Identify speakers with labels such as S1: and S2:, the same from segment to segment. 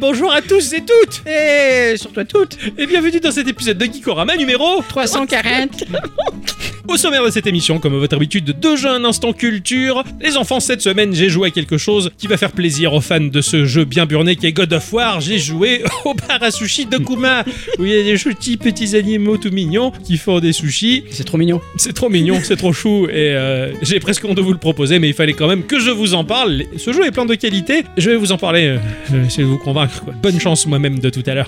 S1: bonjour à tous et toutes
S2: Et surtout à toutes
S1: Et bienvenue dans cet épisode de Geekorama numéro
S2: 340
S1: Au sommaire de cette émission, comme à votre habitude, deux jeux, un instant culture. Les enfants, cette semaine, j'ai joué à quelque chose qui va faire plaisir aux fans de ce jeu bien burné qui est God of War. J'ai joué au bar à sushi de Kuma, où il y a des petits, petits animaux tout mignons qui font des sushis.
S2: C'est trop mignon.
S1: C'est trop mignon, c'est trop chou, et euh, j'ai presque honte de vous le proposer, mais il fallait quand même que je vous en parle. Ce jeu est plein de qualités. Je vais vous en parler, euh, je vais essayer de vous convaincre. quoi. Bonne chance moi-même de tout à l'heure.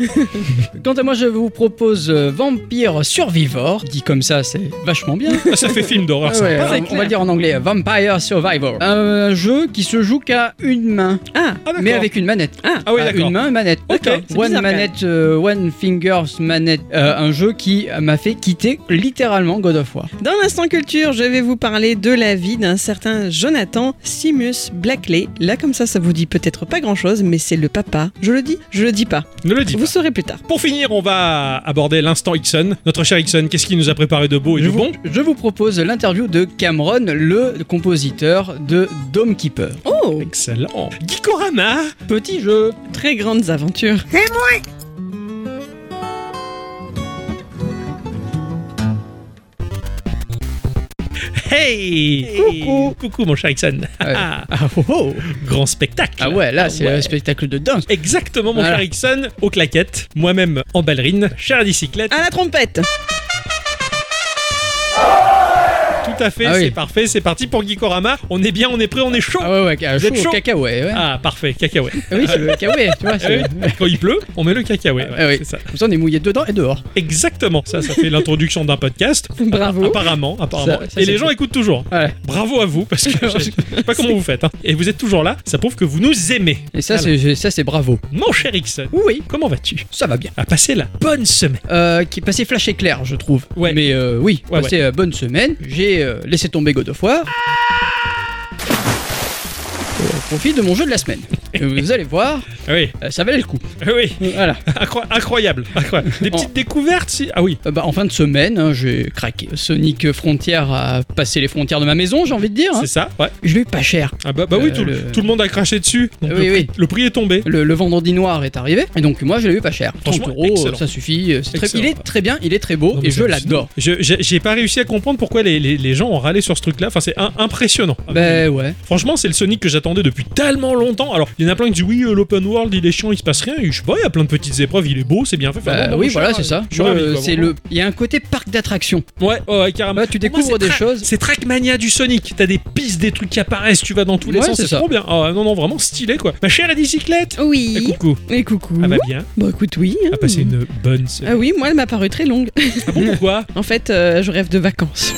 S2: Quant à moi, je vous propose euh, Vampire Survivor. Dit comme ça, c'est vachement bien.
S1: Ah, Ça fait film d'horreur,
S2: Ah ouais,
S1: sympa.
S2: on- on, va le dire en anglais euh, Vampire Survivor. Un jeu qui se joue qu'à une main,
S3: Ah,
S1: Ah, d'accord.
S2: mais avec une manette.
S3: ah,
S1: Ah oui,
S2: À
S1: d'accord.
S2: une main, une manette.
S1: Ok.
S2: D'accord.
S3: C'est
S2: One
S3: bizarre, quand
S2: manette, euh, one fingers manette. Euh, un jeu qui m'a fait quitter littéralement God of War.
S3: Dans l'instant culture, je vais vous parler de la vie d'un certain Jonathan Simus Blackley. Là, comme ça, ça vous dit peut-être pas grand-chose, mais c'est le papa. Je le dis, je le dis pas.
S1: Ne le dis
S3: vous
S1: pas.
S3: saurez plus tard.
S1: Pour finir, on va aborder l'instant Ixon. Notre cher Ixon, qu'est-ce qu'il nous a préparé de beau et
S2: je,
S1: de
S2: vous,
S1: bon
S2: je vous propose l'interview de Cameron, le compositeur de Dome Keeper.
S3: Oh,
S1: Excellent. Gikorama
S2: Oh, Petit jeu.
S3: très grandes aventures.
S1: Hey
S2: Coucou.
S1: Coucou mon cher Ixon.
S2: Ah, oh, oh.
S1: Grand spectacle.
S2: Ah ouais, Ah. là, c'est
S1: ouais.
S2: le spectacle de danse.
S1: Exactement mon
S2: Voilà.
S1: cher Ixon, aux claquettes, moi-même en ballerine, cher à bicyclette.
S3: À la trompette
S1: Tout à fait,
S2: Ah oui.
S1: c'est parfait, c'est parti pour Gikorama. On est bien, on est prêt, on est chaud.
S2: Ah ouais, ouais, ca-
S1: Vous
S2: chaud,
S1: êtes chaud
S2: cacahuète, ouais.
S1: Ah, parfait, cacahuète.
S2: Ah Oui, c'est le cacahuète, tu vois.
S1: Ah
S2: c'est-
S1: oui, Quand il pleut, on met le cacahuète.
S2: Ah oui.
S1: C'est ça.
S2: Comme ça, on est mouillé dedans et dehors.
S1: Exactement. Ça, ça fait l'introduction d'un podcast. Ah,
S3: Bravo
S1: Apparemment, apparemment.
S2: Ça- ça,
S1: Et
S2: c'est
S1: les gens
S2: cool.
S1: écoutent toujours.
S2: Voilà.
S1: Bravo à vous, parce que je sais pas comment vous faites. hein. Et vous êtes toujours là, ça prouve que vous nous aimez.
S2: Et ça,
S1: Voilà.
S2: c'est ça, c'est bravo.
S1: Mon cher Ixon,
S2: Oui,
S1: comment vas-tu
S2: ça va bien.
S1: À passer la bonne semaine.
S2: Euh, qui est passé flash éclair, je trouve.
S1: Ouais.
S2: Mais euh, oui,
S1: Ouais,
S2: passé euh, bonne semaine. J'ai euh, laissé tomber God of War. Au profit de mon jeu de la semaine. Et vous allez voir,
S1: Ah Oui,
S2: euh, ça valait le coup.
S1: ah oui,
S2: Voilà.
S1: Incro- incroyable, incroyable. Des petites découvertes, si. Ah oui,
S2: Euh, bah, en fin de semaine, hein, j'ai craqué. Sonic Frontières a passé les frontières de ma maison, j'ai envie de dire. hein.
S1: c'est ça, ouais.
S2: Je l'ai eu pas cher.
S1: Ah bah, bah oui,
S2: Euh,
S1: tout, le...
S2: le- Ah
S1: tout le monde a craché dessus. Donc
S2: Oui,
S1: le,
S2: oui.
S1: Prix, le prix est tombé.
S2: Le, le vendredi noir est arrivé, et donc moi je l'ai eu pas cher. 30
S1: Franchement,
S2: euros,
S1: excellent.
S2: euh, ça suffit. euh, c'est très-
S1: Excellent.
S2: il est très bien, il est très beau,
S1: Non, mais
S2: Oh, et je
S1: c'est
S2: l'adore.
S1: Je- J'ai j'ai pas réussi à comprendre pourquoi les, les- les gens ont râlé sur ce truc-là. Enfin, c'est un- impressionnant.
S2: Ben ouais.
S1: Franchement, c'est le Sonic que j'attendais depuis tellement longtemps. Alors, il y en a plein qui disent oui, euh, l'open world, il est chiant, il se passe rien. Et je sais pas, il y a plein de petites épreuves, il est beau, c'est bien fait. Enfin,
S2: Bah
S1: non, non,
S2: oui,
S1: je suis
S2: voilà,
S1: ravi.
S2: c'est ça.
S1: Je suis
S2: Moi,
S1: ravi,
S2: euh,
S1: quoi,
S2: c'est
S1: vraiment.
S2: le, il y a un côté parc d'attractions.
S1: Ouais, ouais, ouais, carrément.
S2: Là, tu
S1: Pour moi,
S2: découvres
S1: c'est
S2: des
S1: Tra-
S2: choses.
S1: C'est Trackmania du Sonic. T'as des pistes, des trucs qui apparaissent, tu vas dans tous les
S2: Ouais,
S1: sens.
S2: c'est
S1: C'est
S2: ça.
S1: trop bien. Ah, non, non, vraiment stylé, quoi. Ma chère la bicyclette. Eh,
S3: Oui
S1: coucou.
S3: Et coucou
S1: Elle va bien.
S3: Bon, écoute, oui. hein.
S1: Elle a passé Ah, bah, une bonne semaine.
S3: Ah oui, moi, elle m'a paru très longue.
S1: Ah bon, pourquoi
S3: en fait, euh, je rêve de vacances.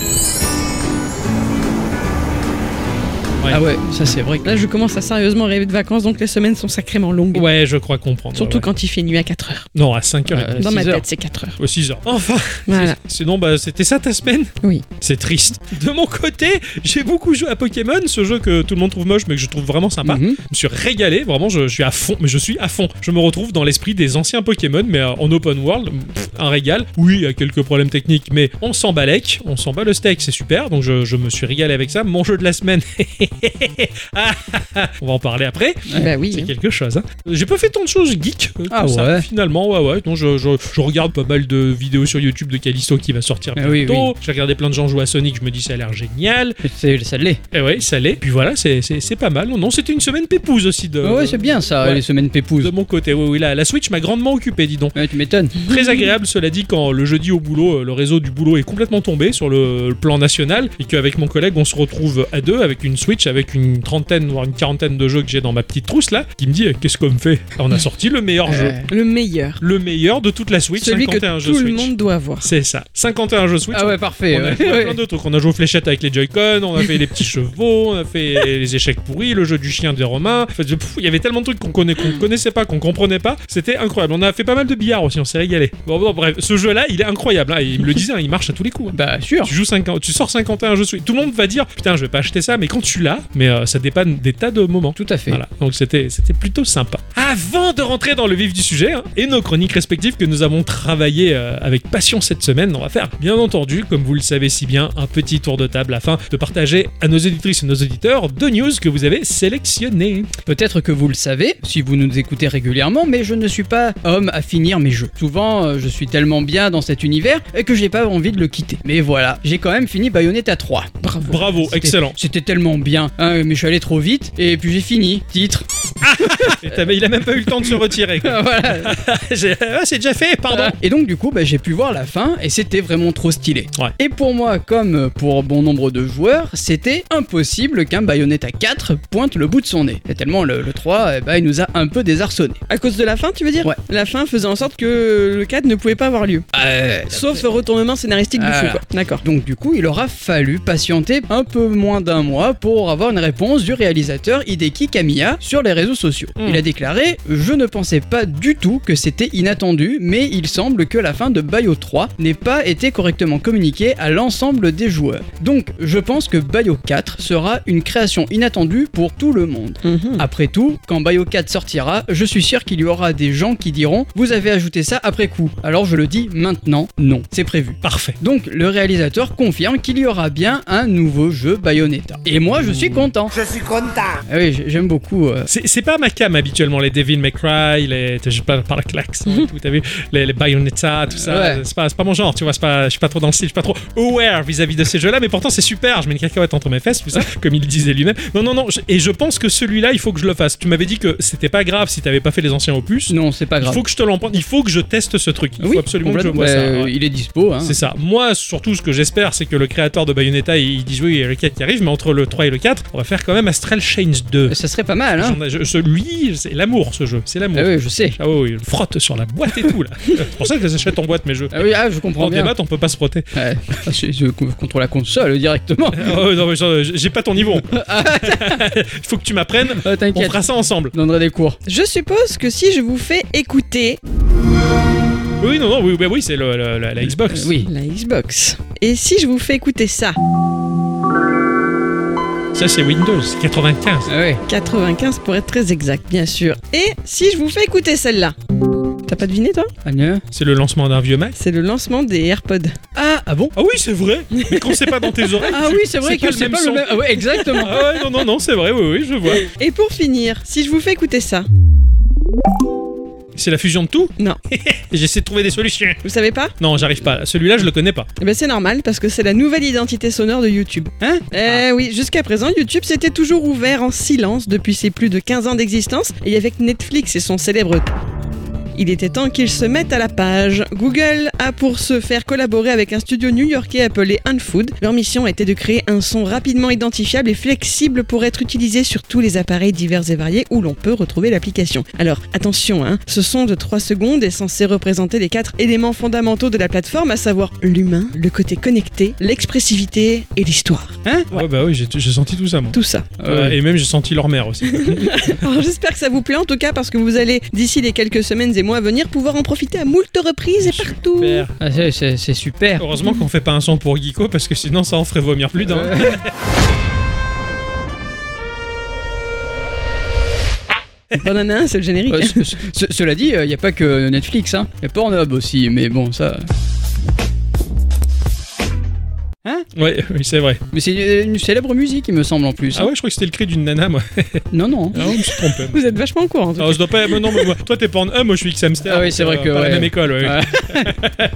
S1: Ouais.
S2: Ah ouais, ça c'est vrai. que-
S3: Là, je commence à sérieusement rêver de vacances, donc les semaines sont sacrément longues.
S1: Ouais, je crois comprendre.
S3: Surtout
S1: ouais.
S3: quand il fait nuit à 4 heures.
S1: Non, à 5 heures.
S2: Euh,
S3: Dans ma
S2: six heures.
S3: tête, c'est 4 heures.
S1: Au 6 heures. Enfin,
S3: Voilà.
S1: sinon, bah, c'était ça ta semaine
S3: Oui.
S1: C'est triste. De mon côté, j'ai beaucoup joué à Pokémon, ce jeu que tout le monde trouve moche, mais que je trouve vraiment sympa.
S2: Mhm.
S1: Je me suis régalé, vraiment, je, je suis à fond, mais je suis à fond. Je me retrouve dans l'esprit des anciens Pokémon, mais euh, en open world, pff, un régal. Oui, il y a quelques problèmes techniques, mais on s'en bat l'ec, on s'en bat le steak, c'est super, donc je, je me suis régalé avec ça. Mon jeu de la semaine, Ah, ah, ah, on va en parler après.
S3: Bah oui.
S1: C'est quelque chose. hein. J'ai pas fait tant de choses geek euh, que
S2: Ah
S1: ça,
S2: ouais.
S1: finalement. Ouais, ouais. Non, je, je- je regarde pas mal de vidéos sur YouTube de Callisto qui va sortir
S2: Ah
S1: bientôt.
S2: oui,
S1: J'ai regardé plein de gens jouer à Sonic, je me dis ça a l'air génial.
S2: C'est- Ça l'est.
S1: Et ouais, ça l'est. Puis voilà, c'est- c'est c'est pas mal. Non, non, c'était une semaine pépouse aussi de,
S2: Ah ouais, c'est bien ça,
S1: Euh, ouais.
S2: les semaines
S1: de
S2: pépouses.
S1: mon côté. Oui, oui, la, la Switch m'a grandement occupé, dis donc.
S2: Ouais, tu m'étonnes.
S1: Très agréable, cela dit, quand le jeudi au boulot, euh, le réseau du boulot est complètement tombé sur le, le plan national et qu'avec mon collègue, on se retrouve à deux avec une Switch, avec une trentaine, voire une quarantaine de jeux que j'ai dans ma petite trousse là, qui me dit euh, Qu'est-ce qu'on fait On a sorti le meilleur jeu.
S2: Euh,
S3: Le meilleur.
S1: Le meilleur de toute la Switch,
S3: Celui
S1: 51
S3: que
S1: jeux
S3: tout le
S1: Switch.
S3: monde doit avoir.
S1: C'est ça, 51 jeux Switch.
S2: Ah ouais, parfait.
S1: On a
S2: ouais.
S1: fait plein
S2: Ouais.
S1: de trucs. On a joué aux fléchettes avec les Joy-Con, on a fait les petits chevaux, on a fait les échecs pourris, le jeu du chien des Romains. Enfin, je- pff, il y avait tellement de trucs qu'on connaît, qu'on connaissait pas, qu'on comprenait pas. C'était incroyable. On a fait pas mal de billard aussi, on s'est régalé. Bon, bon, bref, ce jeu-là, il est incroyable. hein. Il me le disait, hein, il marche à tous les coups. hein.
S2: Bah sûr.
S1: Tu joues 50, tu sors 51 jeux Switch. Tout le monde va dire, putain, je vais pas acheter ça, mais quand tu là, mais euh, ça dépanne des tas de moments.
S2: Tout à fait.
S1: Voilà, donc c'était c'était plutôt sympa. Avant de rentrer dans le vif du sujet hein, et nos chroniques respectives que nous avons travaillées euh, avec passion cette semaine, on va faire bien entendu, comme vous le savez si bien, un petit tour de table afin de partager à nos auditrices et nos auditeurs deux news que vous avez sélectionnées.
S2: Peut-être que vous le savez, si vous nous écoutez régulièrement, mais je ne suis pas homme à finir mes jeux. Souvent, euh, je suis tellement bien dans cet univers et que j'ai pas envie de le quitter. Mais voilà, j'ai quand même fini Bayonetta 3. Bravo.
S1: Bravo,
S2: C'était-
S1: excellent.
S2: C'était tellement bien, hein, mais je suis allé trop vite et puis j'ai fini. Titre.
S1: Et t'as- il a même pas eu le temps de se retirer. quoi.
S2: voilà.
S1: J'ai- Ah, c'est déjà fait, pardon.
S2: Et donc du coup, bah, j'ai pu voir la fin et c'était vraiment trop stylé.
S1: Ouais.
S2: Et pour moi, comme pour bon nombre de joueurs, c'était impossible qu'un Bayonetta 4 pointe le bout de son nez. Et tellement le, le 3, eh ben, il nous a un peu désarçonné.
S3: À cause de la fin, tu veux dire
S2: Ouais.
S3: La fin faisait en sorte que le 4 ne pouvait pas avoir lieu.
S2: Euh,
S3: Sauf retournement scénaristique du
S2: Ah.
S3: fou, quoi. D'accord.
S2: donc du coup, il aura fallu patienter un peu moins d'un mois pour avoir une réponse du réalisateur Hideki Kamiya sur les réseaux sociaux.
S1: Mm.
S2: Il a déclaré « Je ne pensais pas du tout que c'était inattendu, mais il semble que la fin de Bayo 3 n'ait pas été correctement communiquée à l'ensemble des joueurs. Donc, je pense que Bayo 4 sera une création inattendue pour tout le monde.
S3: Mhm.
S2: Après tout, quand Bayo 4 sortira, je suis sûr qu'il y aura des gens qui diront « Vous avez ajouté ça après coup ». Alors je le dis maintenant, non, c'est prévu.
S1: Parfait.
S2: Donc le réalisateur confirme qu'il y aura bien un nouveau jeu Bayonetta. Et moi je
S1: Mmh.
S2: suis content.
S4: Je suis content.
S2: Ah oui, j'ai- j'aime beaucoup. euh,
S1: C'est c'est pas ma cam habituellement, les Devil May Cry, les. Je parle par la klaxon et tout, t'as vu les, les Bayonetta, tout ça.
S2: Ouais.
S1: C'est pas, c'est pas mon genre, tu vois, c'est pas, je suis pas trop dans le style, je suis pas trop aware vis-à-vis de ces jeux-là, mais pourtant c'est super, je mets une cacahuète entre mes fesses, tout ça, comme il disait lui-même. Non, non, non, je- et je pense que celui-là, il faut que je le fasse. Tu m'avais dit que c'était pas grave si t'avais pas fait les anciens opus.
S2: Non, c'est pas
S1: Il
S2: grave.
S1: faut que je te l'emprunte, il faut que je teste ce truc. Il faut absolument que je
S2: complètement.
S1: vois ça.
S2: Euh,
S1: ouais.
S2: Il est dispo. Hein.
S1: C'est ça. Moi, surtout, ce que j'espère, c'est que le créateur de Bayonetta, il il dit oui, il y a le 4 qui arrive, mais entre le 3 et le 4, on va faire quand même Astral Chains 2.
S2: Ça serait pas mal. Hein.
S1: J'en ai- je- ce- lui, c'est l'amour, ce jeu. C'est l'amour.
S2: Ah oui, je sais.
S1: Ah oui, il frotte sur la boîte et tout là. C'est pour ça que je les achète en boîte mes jeux.
S2: Ah oui, ah, je comprends
S1: En
S2: bien.
S1: débat, on peut pas se frotter.
S2: Ouais. Ah, c'est- c'est co- contre la console directement.
S1: Ah ouais, non, mais genre, j'ai pas ton niveau. encore. Il faut que tu m'apprennes.
S2: Ah,
S1: On
S2: T'inquiète,
S1: fera ça ensemble.
S2: je donnerai des cours.
S3: Je suppose que si je vous fais écouter
S1: Oui, non, non, oui, oui, oui, c'est le- le- la, la Xbox.
S2: Euh, oui.
S3: la Xbox, et si je vous fais écouter ça,
S1: Ça, c'est Windows 95.
S2: Ah, ouais.
S3: 95 pour être très exact, bien sûr, et si je vous fais écouter celle-là, t'as pas deviné toi
S2: Ah, non.
S1: C'est le lancement d'un vieux Mac.
S3: C'est le lancement des AirPods.
S2: ah, ah bon
S1: Ah oui, c'est vrai. Mais quand c'est pas dans tes oreilles.
S2: Ah
S1: tu-
S2: oui, c'est vrai que c'est pas le
S1: son.
S2: même. Ah ouais, exactement.
S1: Ah ouais, non, non, non, c'est vrai, oui, oui, je vois.
S3: Et pour finir, si je vous fais écouter ça,
S1: C'est la fusion de tout
S3: Non.
S1: J'essaie de trouver des solutions.
S3: vous savez pas
S1: Non, j'arrive pas. Celui-là, je le connais pas.
S3: Eh ben c'est normal parce que c'est la nouvelle identité sonore de YouTube.
S2: Hein
S3: Eh oui, jusqu'à présent, YouTube s'était toujours ouvert en silence depuis ses plus de 15 ans d'existence et avec Netflix et son célèbre. Il était temps qu'ils se mettent à la page. Google a pour se faire collaborer avec un studio new-yorkais appelé Unfood. Leur mission était de créer un son rapidement identifiable et flexible pour être utilisé sur tous les appareils divers et variés où l'on peut retrouver l'application. Alors attention, hein, ce son de 3 secondes est censé représenter les quatre éléments fondamentaux de la plateforme, à savoir l'humain, le côté connecté, l'expressivité et l'histoire.
S1: Ouais, bah oui, j'ai j'ai senti tout ça, moi.
S3: Tout ça.
S2: Ah
S1: Euh,
S2: ouais.
S1: et même, j'ai senti leur mère aussi.
S3: Alors, J'espère que ça vous plaît en tout cas parce que vous allez d'ici les quelques semaines et mois à venir pouvoir en profiter à moult reprises et partout.
S1: Super.
S2: Ah, c'est- c'est c'est super.
S1: Heureusement qu'on fait pas un son pour Geeko parce que sinon ça en ferait vomir plus d'un.
S2: Euh,
S3: Banana, c'est le générique.
S2: Euh, ce- ce- cela dit, il n'y a pas que Netflix, hein. Il y a Pornhub aussi, mais bon, ça.
S1: Ouais, oui, c'est vrai.
S2: Mais c'est une, une célèbre musique, il me semble en plus.
S1: Ah ouais, je crois que c'était le cri d'une nana, moi.
S2: Non, non.
S1: Ah, je me suis trompé.
S3: Vous êtes vachement au courant. en tout
S1: Ah, je dois pas. mais non, mais moi, toi t'es pas en homme, moi je suis X-Hamster.
S2: Ah oui, c'est
S1: donc, euh,
S2: vrai que,
S1: Pas la
S2: ouais.
S1: même école, ouais.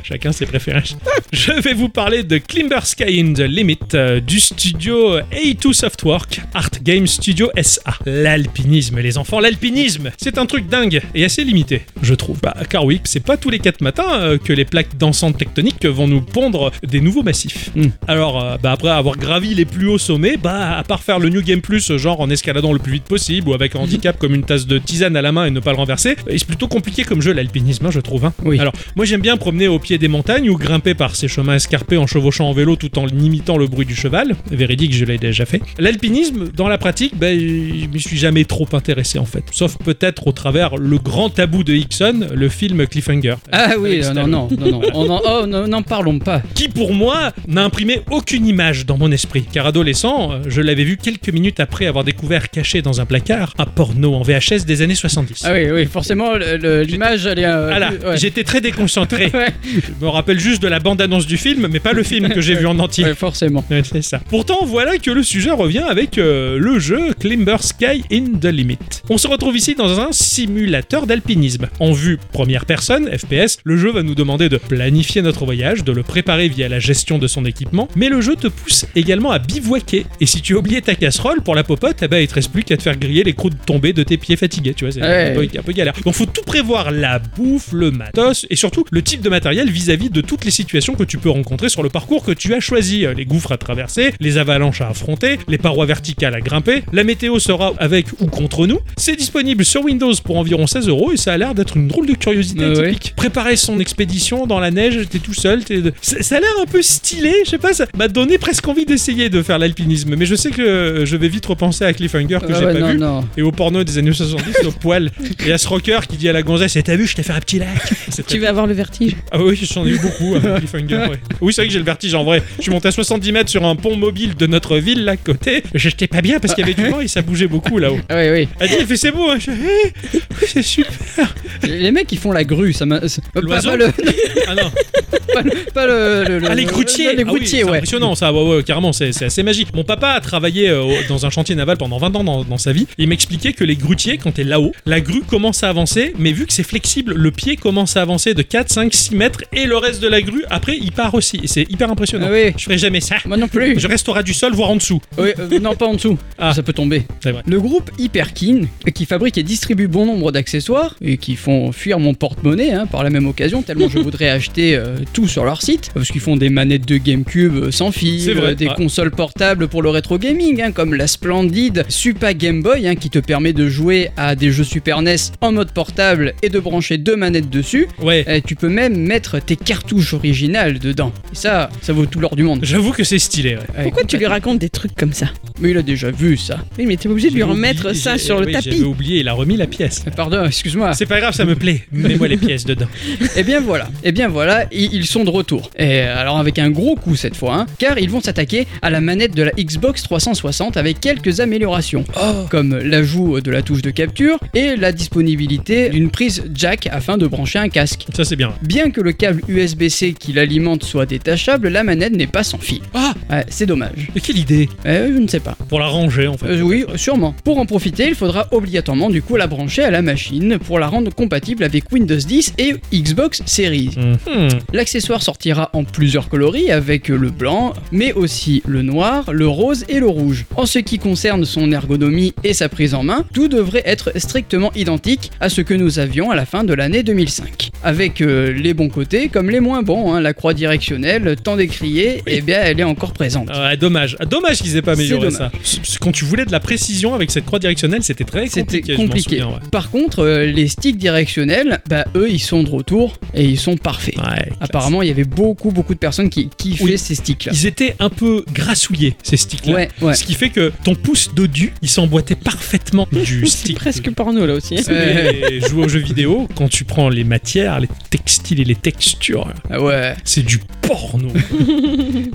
S1: Chacun ses préférences. Je vais vous parler de Climber Sky in the Limit euh, du studio A2 Softwork Art Game Studio SA. L'alpinisme, les enfants, l'alpinisme C'est un truc dingue et assez limité, je trouve. Bah, car oui, c'est pas tous les 4 matins euh, que les plaques dansantes tectoniques vont nous pondre des nouveaux massifs.
S2: Hmm.
S1: Alors, euh, bah, après avoir gravi les plus hauts sommets, bah, à part faire le New Game Plus, euh, genre en escaladant le plus vite possible ou avec un handicap comme une tasse de tisane à la main et ne pas le renverser, euh, c'est plutôt compliqué comme jeu l'alpinisme, hein, je trouve. hein.
S2: Oui.
S1: Alors, moi j'aime bien promener au pied des montagnes ou grimper par ces chemins escarpés en chevauchant en vélo tout en imitant le bruit du cheval. Véridique, je l'ai déjà fait. L'alpinisme, dans la pratique, ben, je m'y suis jamais trop intéressé en fait. Sauf peut-être au travers le grand tabou de Hickson, le film Cliffhanger
S2: Ah oui,
S1: Alex
S2: non, non, non, non, on en, oh, non, n'en parlons pas.
S1: qui pour moi n'a imprimé aucune image dans mon esprit, car adolescent, euh, je l'avais vu quelques minutes après avoir découvert caché dans un placard un porno en VHS des années 70.
S2: Ah oui, oui, forcément, le- le- l'image, elle est. euh,
S1: Voilà,
S2: plus- ouais.
S1: j'étais très déconcentré.
S2: Ouais,
S1: Je me rappelle juste de la bande-annonce du film, mais pas le film que j'ai vu en entier.
S2: ouais, forcément.
S1: Ouais, c'est ça. Pourtant, voilà que le sujet revient avec euh, le jeu Climber Sky in the Limit. On se retrouve ici dans un simulateur d'alpinisme. En vue première personne, FPS, le jeu va nous demander de planifier notre voyage, de le préparer via la gestion de son équipement, mais le jeu te pousse également à bivouaquer. Et si tu as oublié ta casserole pour la popote, eh ben, il te reste plus qu'à te faire griller les croûtes tombées de tes pieds fatigués, tu vois, c'est
S2: Ouais.
S1: un, peu, un peu galère. Donc faut tout prévoir, la bouffe, le matos, et surtout le type de matériel vis-à-vis de toutes les situations que tu peux rencontrer sur le parcours que tu as choisi. Euh, Les gouffres à traverser, les avalanches à affronter, les parois verticales à grimper, la météo sera avec ou contre nous. C'est disponible sur Windows pour environ 16 euros et ça a l'air d'être une drôle de curiosité
S2: Euh, Ouais, ouais.
S1: atypique. Préparer son expédition dans la neige, t'es tout seul, t'es... Ça, ça a l'air un peu stylé, je sais pas, ça m'a donné presque envie d'essayer de faire l'alpinisme, mais je sais que euh, je vais vite repenser à Cliffhanger que
S2: Ah
S1: j'ai
S2: ouais,
S1: pas
S2: non,
S1: vu
S2: non.
S1: et au porno des années 70 au poil et à ce rocker qui dit à la gonzesse et t'as vu je t'ai fait un petit lac C'est très-
S3: Tu vas avoir le vertige.
S1: ah oui j'en ai eu beaucoup avec Cliffhanger ouais. oui c'est vrai que j'ai le vertige en vrai je suis monté à 70 mètres sur un pont mobile de notre ville là à côté j'étais pas bien parce qu'il y avait du vent et ça bougeait beaucoup là-haut
S2: Ah oui, oui.
S1: elle dit il fait c'est beau hein. Je fais, Eh, oui, c'est super
S2: Les mecs, ils font la grue, ça m'a. c'est- euh, Pas,
S1: L'oiseau
S2: pas le.
S1: ah non
S2: Pas le, pas le- le- le-
S3: Euh,
S1: Ah, les
S2: le-
S1: croûtiers
S2: Les
S1: Ah oui,
S2: croûtiers,
S1: C'est
S2: ouais.
S1: impressionnant, ça, ouais, ouais, carrément, c'est c'est assez magique. Mon papa a travaillé euh, au- dans un chantier naval pendant 20 ans dans, dans sa vie. Il m'expliquait que les grutiers, quand t'es là-haut, la grue commence à avancer, mais vu que c'est flexible, le pied commence à avancer de 4, 5, 6 mètres, et le reste de la grue, après, il part aussi. Et c'est hyper impressionnant.
S2: Ah oui.
S1: Je ferai jamais ça.
S2: Moi non plus.
S1: Je reste au ras du sol, voire en dessous.
S2: Oui, euh, non, pas en dessous.
S1: Ah.
S2: Ça peut tomber.
S1: C'est vrai.
S2: Le groupe Hyperkin, qui fabrique et distribue bon nombre d'accessoires et qui font fuir mon porte-monnaie hein, par la même occasion, tellement je voudrais acheter euh, tout sur leur site. Parce qu'ils font des manettes de GameCube euh, sans fil,
S1: C'est vrai,
S2: euh, des
S1: ouais.
S2: consoles portables pour le rétro gaming, hein, comme la splendide Super Game Boy, hein, qui te permet de jouer à des jeux Super NES en mode portable et de brancher deux manettes dessus.
S1: Ouais.
S2: Euh, tu peux même mettre tes cartouches originales dedans. Et ça, ça vaut tout l'or du monde.
S1: J'avoue que c'est stylé, ouais.
S2: Ouais,
S3: Pourquoi tu lui
S2: complètement.
S3: racontes des trucs comme ça
S2: Mais il a déjà vu ça.
S3: Oui, mais t'es obligé de lui
S1: J'ai
S3: remettre
S1: oublié-
S3: ça
S1: j'ai-
S3: sur le
S1: oui,
S3: tapis. Ah.
S1: J'avais oublié, il a remis la pièce.
S2: Pardon, excuse-moi.
S1: C'est pas grave, ça me plaît. Mets-moi les pièces dedans.
S2: Eh bien voilà, eh bien voilà, i- ils sont de retour. Et alors avec un gros coup cette fois, hein, car ils vont s'attaquer à la manette de la Xbox 360 avec quelques améliorations, comme l'ajout de la touche de capture et la disponibilité d'une prise jack afin de brancher un casque.
S1: Ça, c'est bien.
S2: Bien que le câble USB-C qui l'alimente soit détachable, la manette n'est pas sans fil.
S1: Ah
S2: Ouais, c'est dommage.
S1: Mais quelle idée
S2: Euh, je ne sais pas.
S1: Pour la ranger, en fait.
S2: Euh, oui, sûrement. Pour en profiter, il faudra obligatoirement du coup la brancher à la machine pour la rendre compatible avec Windows 10 et Xbox Series.
S3: Euh.
S1: Hmm. Hmm.
S2: L'accessoire sortira en plusieurs coloris avec le blanc, mais aussi le noir, le rose et le rouge. En ce qui concerne son ergonomie et sa prise en main, tout devrait être strictement identique à ce que nous avions à la fin de l'année 2005. Avec euh, les bons côtés comme les moins bons, hein, la croix directionnelle, tant décriée, eh bien elle est encore présente.
S1: Ah, dommage, Ah, dommage qu'ils aient pas
S2: C'est
S1: amélioré ça.
S2: dommage.
S1: Quand tu voulais de la précision avec cette croix directionnelle, c'était très
S2: C'était
S1: compliqué.
S2: compliqué.
S1: Je m'en souviens,
S2: Par contre, euh, les sticks directionnels, bah eux, ils sont de retour et ils sont parfaits.
S1: ouais. Ouais,
S2: Apparemment, il y avait beaucoup, beaucoup de personnes qui kiffaient
S1: Ah, Oui.
S2: ces sticks-là.
S1: Ils étaient un peu grassouillés ces sticks-là.
S2: Ouais, ouais.
S1: Ce qui fait que ton pouce dodu, il s'emboîtait parfaitement du
S3: C'est
S1: stick.
S3: presque porno là aussi. hein.
S1: Et jouer aux jeux vidéo, quand tu prends les matières, les textiles et les textures, là,
S2: Ah Ouais.
S1: c'est du porno.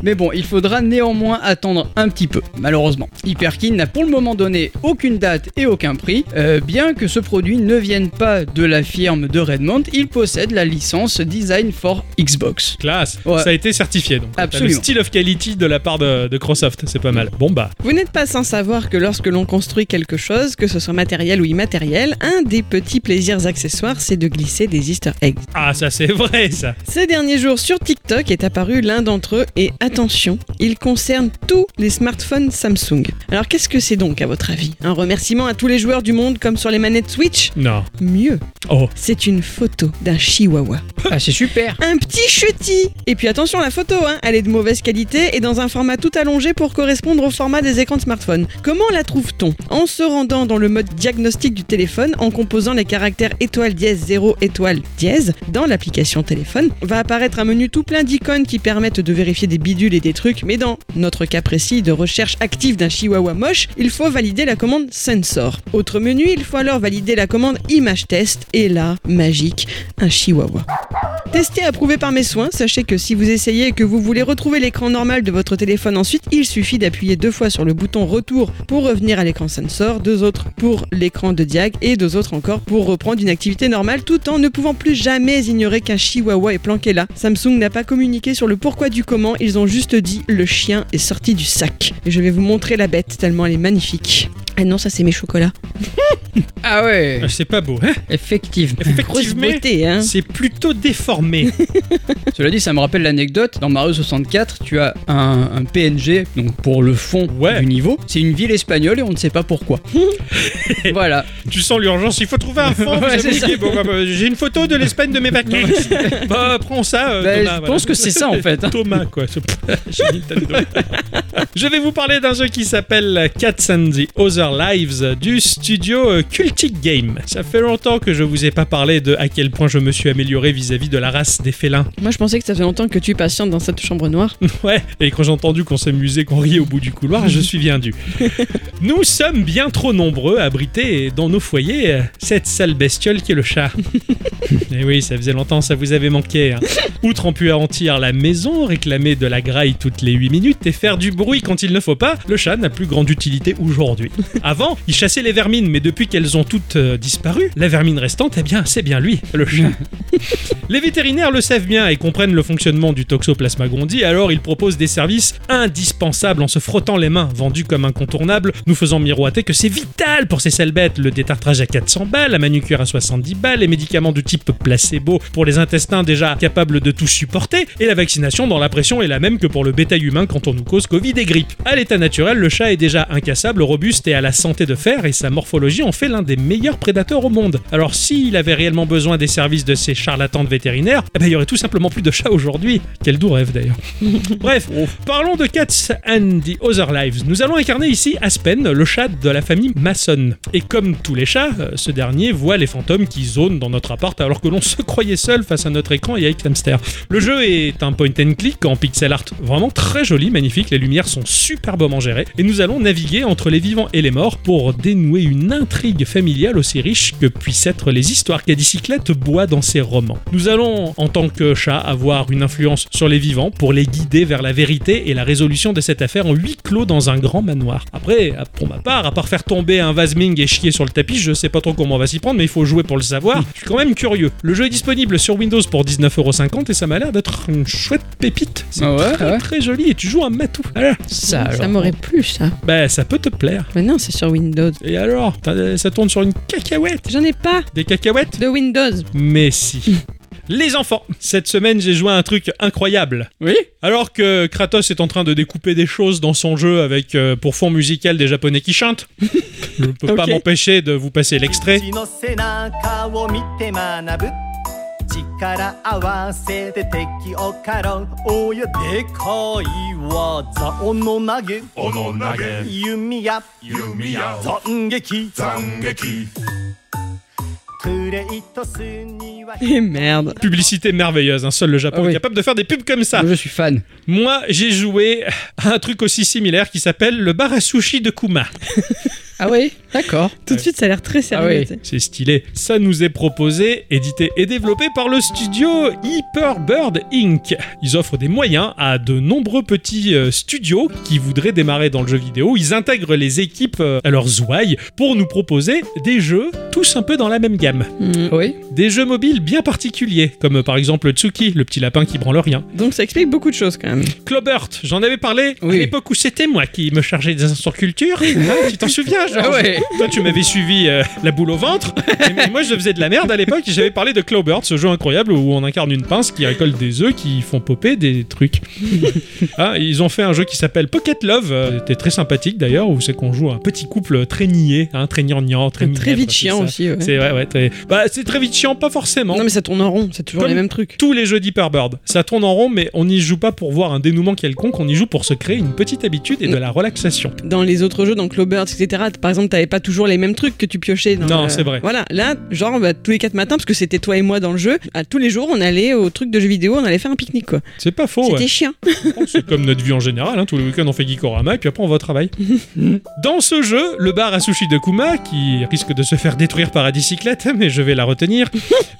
S2: Mais bon, il faudra néanmoins attendre un petit peu, malheureusement. Hyperkin n'a pour le moment donné aucune date et aucun prix. Euh, bien que ce produit ne vienne pas de la firme de Redmond, il possède la licence Design for Xbox.
S1: Classe.
S2: Ouais.
S1: Ça a été certifié donc. T'as le
S2: Absolument.
S1: style of quality de la part de, de Microsoft, c'est pas mal. Bon bah,
S3: Vous n'êtes pas sans savoir que lorsque l'on construit quelque chose, que ce soit matériel ou immatériel, un des petits plaisirs accessoires, c'est de glisser des easter eggs.
S1: ah ça c'est vrai ça.
S3: Ces derniers jours sur TikTok est apparu l'un d'entre eux et attention, il concerne tous les smartphones Samsung. Alors qu'est-ce que c'est donc à votre avis Un remerciement à tous les joueurs du monde comme sur les manettes Switch
S1: Non.
S3: Mieux,
S1: Oh.
S3: c'est une photo d'un chihuahua.
S2: Ah, c'est super
S3: Un petit chutis Et puis attention, la photo, hein, elle est de mauvaise qualité et dans un format tout allongé pour correspondre au format des écrans de smartphone. Comment la trouve-t-on En se rendant dans le mode diagnostic du téléphone, en composant les caractères étoile dièse 0 étoile dièse dans l'application téléphone, va apparaître un menu tout plein d'icônes qui permettent de vérifier des bidules et des trucs, mais dans notre cas précis de recherche active adoptive d'un chihuahua moche, il faut valider la commande Sensor. Autre menu, il faut alors valider la commande Image Test, et là, magique, un chihuahua. Testé et approuvé par mes soins, sachez que si vous essayez et que vous voulez retrouver l'écran normal de votre téléphone ensuite, il suffit d'appuyer deux fois sur le bouton retour pour revenir à l'écran sensor, deux autres pour l'écran de diag et deux autres encore pour reprendre une activité normale tout en ne pouvant plus jamais ignorer qu'un chihuahua est planqué là. Samsung n'a pas communiqué sur le pourquoi du comment, ils ont juste dit le chien est sorti du sac. Et je vais vous montrer la bête tellement elle est magnifique. Ah non, ça c'est mes chocolats.
S2: Ah ouais,
S1: Ah, C'est pas beau, hein
S2: effectivement.
S3: Grosse
S1: Effectivement,
S3: beauté, hein.
S1: c'est plutôt déformé.
S2: Cela dit, ça me rappelle l'anecdote. Dans Mario 64, tu as un, un PNG, donc pour le fond
S1: Ouais.
S2: du niveau. C'est une ville espagnole et on ne sait pas pourquoi. voilà.
S1: tu sens l'urgence, il faut trouver un fond. vous
S2: Ouais,
S1: avez
S2: c'est
S1: oublié. Bon, bah, bah, J'ai une photo de l'Espagne de mes vacances. bah, prends ça, euh,
S2: Bah,
S1: Thomas,
S2: je
S1: voilà.
S2: pense que c'est ça en fait. hein.
S1: Thomas, quoi. ce- J'ai Nintendo. Je vais vous parler d'un jeu qui s'appelle Cats and the Other Lives du studio euh, Cultic Game. Ça fait longtemps que je vous ai pas parlé de à quel point je me suis amélioré vis-à-vis de la race des félins.
S3: Moi je pensais que ça fait longtemps que tu patientes dans cette chambre noire.
S1: Ouais, et quand j'ai entendu qu'on s'amusait, qu'on riait au bout du couloir, je suis bien dû. Nous sommes bien trop nombreux à abriter dans nos foyers euh, cette sale bestiole qui est le chat. et oui, ça faisait longtemps, ça vous avait manqué. hein. Outre empuantir la maison, réclamer de la graille toutes les 8 minutes et faire du bruit quand il ne faut pas, le chat n'a plus grande utilité aujourd'hui. Avant, il chassait les vermines, mais depuis qu'elles ont toutes euh, disparu, la vermine restante, eh bien, c'est bien lui, le chat. Les vétérinaires le savent bien et comprennent le fonctionnement du toxoplasma gondii, alors ils proposent des services indispensables en se frottant les mains, vendus comme incontournables, nous faisant miroiter que c'est vital pour ces sales bêtes. Le détartrage à 400 balles, la manucure à 70 balles, les médicaments du type placebo pour les intestins déjà capables de tout supporter, et la vaccination dont la pression est la même que pour le bétail humain quand on nous cause Covid et grippe. À l'état naturel, le chat est déjà incassable, robuste et à la santé de fer, et sa morphologie en fait l'un des meilleurs prédateurs au monde. Alors s'il avait réellement besoin des services de ces charlatans de vétérinaires, eh ben, il y aurait tout simplement plus de chats aujourd'hui. Quel doux rêve d'ailleurs. Bref, parlons de Cats and the Other Lives. Nous allons incarner ici Aspen, le chat de la famille Mason. Et comme tous les chats, euh, ce dernier voit les fantômes qui zonent dans notre appart alors que l'on se croyait seul face à notre écran et avec Hamster. Le jeu est un point and click en pixel art vraiment très joli, magnifique, les lumières sont superbement gérées et nous allons naviguer entre les vivants et les morts pour dénouer une intrigue familiale aussi riche que puissent être les histoires qu'Adicyclette boit dans ses romans. Nous allons, en tant que chat, avoir une influence sur les vivants pour les guider vers la vérité et la résolution de cette affaire en huis clos dans un grand manoir. Après, à- pour ma part, à part faire tomber un vase Ming et chier sur le tapis, je sais pas trop comment on va s'y prendre, mais il faut jouer pour le savoir. Je suis quand même curieux. Le jeu est disponible sur Windows pour 19,50€ et ça m'a l'air d'être une chouette pépite. C'est
S2: Ah ouais,
S1: très
S2: ouais.
S1: très joli et tu joues un matou. Voilà.
S2: Ça, alors.
S3: Ça m'aurait plu ça.
S1: Bah, ça peut te plaire.
S3: Mais non, c'est sur Windows.
S1: Et alors T'as- Ça tourne sur une cacahuète
S3: J'en ai pas
S1: Des cacahuètes
S3: de Windows.
S1: mais si. Les enfants, cette semaine j'ai joué à un truc incroyable.
S2: Oui
S1: Alors que Kratos est en train de découper des choses dans son jeu avec euh, pour fond musical des japonais qui chantent, je ne peux pas
S3: Ok.
S1: m'empêcher de vous passer l'extrait.
S4: 父の背中を見て学ぶ力合わせて敵を狩ろう親でかい技斧投げ
S5: 斧投げ
S4: 弓矢
S5: 弓矢
S4: 斬撃
S5: 斬撃
S4: クレイトスには
S3: Et Eh merde.
S1: Publicité merveilleuse, hein, seul le Japon
S2: Ah oui.
S1: est capable de faire des pubs comme ça.
S2: Je suis fan.
S1: Moi j'ai joué à un truc aussi similaire qui s'appelle le bar à sushi de Kuma.
S2: Ah oui D'accord.
S3: Tout de suite, ça a l'air très sérieux.
S2: Ah oui.
S3: tu sais.
S1: C'est stylé. Ça nous est proposé, édité et développé par le studio Hyperbird Inc. Ils offrent des moyens à de nombreux petits euh, studios qui voudraient démarrer dans le jeu vidéo. Ils intègrent les équipes euh, à leurs ouailles pour nous proposer des jeux tous un peu dans la même gamme.
S3: Mm.
S2: Oui
S1: Des jeux mobiles bien particuliers, comme euh, par exemple Tsuki, le petit lapin qui branle rien.
S3: Donc ça explique beaucoup de choses quand même.
S1: Clobert, j'en avais parlé à
S2: Oui.
S1: l'époque où c'était moi qui me chargeais des instants culture. Hein, tu t'en souviens, genre,
S2: Ah ouais.
S1: toi, tu m'avais suivi euh, la boule au ventre. Et moi, je faisais de la merde à l'époque. et J'avais parlé de Clawbird, ce jeu incroyable où on incarne une pince qui récolte des œufs qui font popper des trucs. Ah, ils ont fait un jeu qui s'appelle Pocket Love. euh, C'était très sympathique d'ailleurs, où c'est qu'on joue un petit couple très niais, hein, très gnangnan, très
S3: Très
S1: minable,
S3: vite
S1: c'est
S3: chiant
S1: ça.
S3: aussi. ouais.
S1: C'est ouais, ouais, très... Bah, c'est très vite chiant, pas forcément. forcément.
S3: Non, mais ça tourne en rond, c'est toujours
S1: Comme-
S3: les mêmes trucs.
S1: Tous les jeudis par Bird, ça tourne en rond, mais on n'y joue pas pour voir un dénouement quelconque, on y joue pour se créer une petite habitude et de la relaxation.
S3: Dans les autres jeux, dans Clobert, etc., par exemple, t'avais pas toujours les mêmes trucs que tu piochais. dans
S1: Non,
S3: le-
S1: c'est vrai.
S3: Voilà, là, genre, bah, tous les quatre matins, parce que c'était toi et moi dans le jeu, à tous les jours, on allait au truc de jeux vidéo, on allait faire un pique-nique, quoi.
S1: C'est pas faux,
S3: c'était
S1: ouais.
S3: chiant.
S1: Oh, c'est comme notre vie en général, hein, tous les week-ends on fait Gikorama et puis après on va au travail. Dans ce jeu, le bar à sushi de Kuma, qui risque de se faire détruire par la bicyclette, mais je vais la retenir,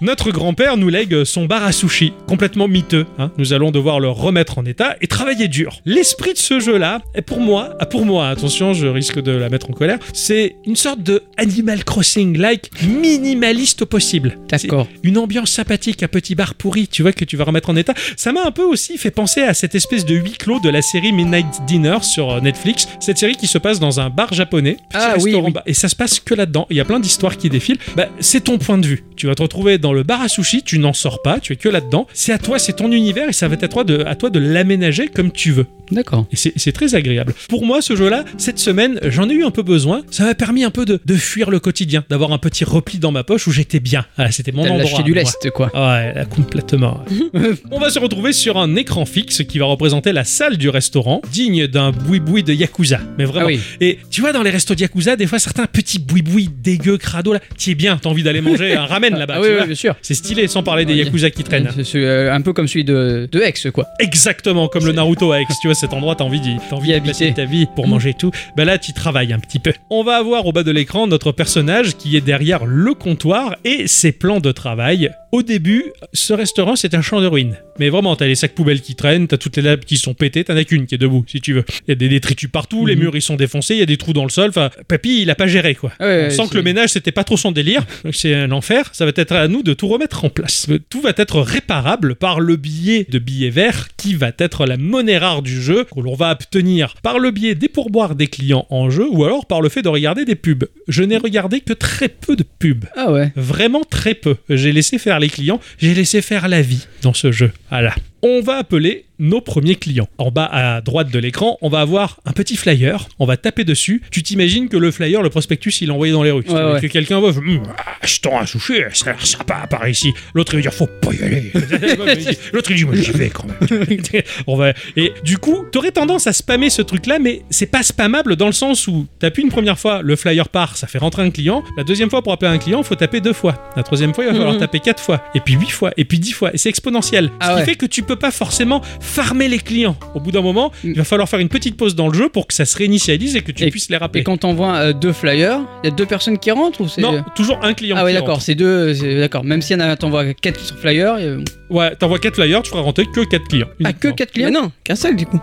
S1: notre grand-père nous lègue son bar à sushi, complètement miteux. hein. Nous allons devoir le remettre en état et travailler dur. L'esprit de ce jeu-là, est pour moi, ah, pour moi, attention, je risque de la mettre en colère, c'est une sorte de Animal Crossing-like minimaliste possible. C'est-
S2: D'accord.
S1: une ambiance sympathique, un petit bar pourri, tu vois, que tu vas remettre en état. Ça m'a un peu aussi fait penser à cette espèce de huis clos de la série Midnight Dinner sur euh, Netflix. Cette série qui se passe dans un bar japonais. petit
S2: Ah oui,
S1: restaurant
S2: oui.
S1: bar. Et ça se passe que là-dedans. Il y a plein d'histoires qui défilent. Bah, c'est ton point de vue. Tu vas te retrouver dans le bar à sushi, tu n'en sors pas, tu es que là-dedans. C'est à toi, c'est ton univers et ça va être à toi de, à toi de l'aménager comme tu veux.
S2: D'accord.
S1: Et c'est c'est très agréable. Pour moi, ce jeu-là, cette semaine, j'en ai eu un peu besoin. Ça m'a permis un peu de, de fuir le quotidien, d'avoir un petit repli dans ma poche où j'étais bien. Ah, c'était mon
S2: T'as
S1: endroit.
S2: lâché du
S1: moi.
S2: lest, quoi.
S1: Ouais, là, complètement. On va se retrouver sur un écran fixe qui va représenter la salle du restaurant, digne d'un boui-boui de Yakuza. Mais
S2: Ah
S1: vraiment.
S2: oui.
S1: Et tu vois, dans les restos de Yakuza, des fois, certains petits boui-boui dégueux, crado, là, t'y es bien, t'as envie d'aller manger un ramen là-bas.
S2: Ah
S1: tu
S2: oui, oui,
S1: vois.
S2: bien sûr.
S1: C'est stylé, sans parler des
S2: Ouais.
S1: Yakuza qui traînent.
S2: C'est- c'est, euh, un peu comme celui de, de Hex, quoi.
S1: Exactement comme le Naruto à Aix, tu vois, cet endroit, t'as envie d'y t'as envie
S2: D'y
S1: d'y passer
S2: habiter.
S1: ta vie pour manger et tout. Ben là, tu travailles un petit peu. On va avoir au bas de l'écran notre personnage qui est derrière le comptoir et ses plans de travail. Au début, ce restaurant, c'est un champ de ruines. Mais vraiment, t'as les sacs poubelles qui traînent, t'as toutes les lampes qui sont pétées, t'en as qu'une qui est debout, si tu veux. Il y a des détritus partout, les
S2: Mhm.
S1: murs, ils sont défoncés, il y a des trous dans le sol. Enfin, papy, il a pas géré, quoi.
S2: Ah ouais,
S1: On
S2: ouais,
S1: sent que
S2: c'est-
S1: le ménage, c'était pas trop son délire. C'est un enfer. Ça va être à nous de tout remettre en place. Euh, Tout va être réparable par le biais de billets verts, qui va être la monnaie rare du jeu, que l'on va obtenir par le biais des pourboires des clients en jeu, ou alors par le fait de regarder des pubs. Je n'ai regardé que très peu de pubs.
S2: Ah ouais.
S1: Vraiment très peu. J'ai laissé faire les clients, j'ai laissé faire la vie dans ce jeu. Voilà. On va appeler nos premiers clients. En bas à droite de l'écran, on va avoir un petit flyer. On va taper dessus. Tu t'imagines que le flyer, le prospectus, il l'a envoyé dans les rues. C'est-à-dire
S2: ouais.
S1: Que quelqu'un va, Hum, ah, je tends un sushi, ça a l'air sympa par ici. L'autre il va dire, faut pas y aller. L'autre il dit, moi j'y vais quand même. on va... Et du coup, t'aurais tendance à spammer ce truc-là, mais c'est pas spammable dans le sens où t'appuies une première fois, le flyer part, ça fait rentrer un client. La deuxième fois, pour appeler un client, faut taper deux fois. La troisième fois, il va falloir
S3: Mhm.
S1: taper quatre fois, et puis huit fois, et puis dix fois. Et c'est exponentiel.
S2: Ah
S1: ce qui
S2: ouais.
S1: fait que tu peux pas forcément farmer les clients. Au bout d'un moment,
S2: Mm.
S1: il va falloir faire une petite pause dans le jeu pour que ça se réinitialise et que tu
S2: Et-
S1: puisses les
S2: Et
S1: rappeler.
S2: quand t'envoies euh, deux flyers, il y a deux personnes qui rentrent ou c'est.
S1: Non, toujours un client.
S2: Ah ouais,
S1: qui
S2: d'accord, c'est deux. c'est- D'accord, même si y en a- t'envoies quatre sur flyers, euh,
S1: Ouais, t'envoies 4 flyers, tu feras rentrer que 4 clients.
S2: ah, que
S1: uniquement.
S2: quatre
S3: Mais
S2: clients
S3: non, qu'un seul du coup.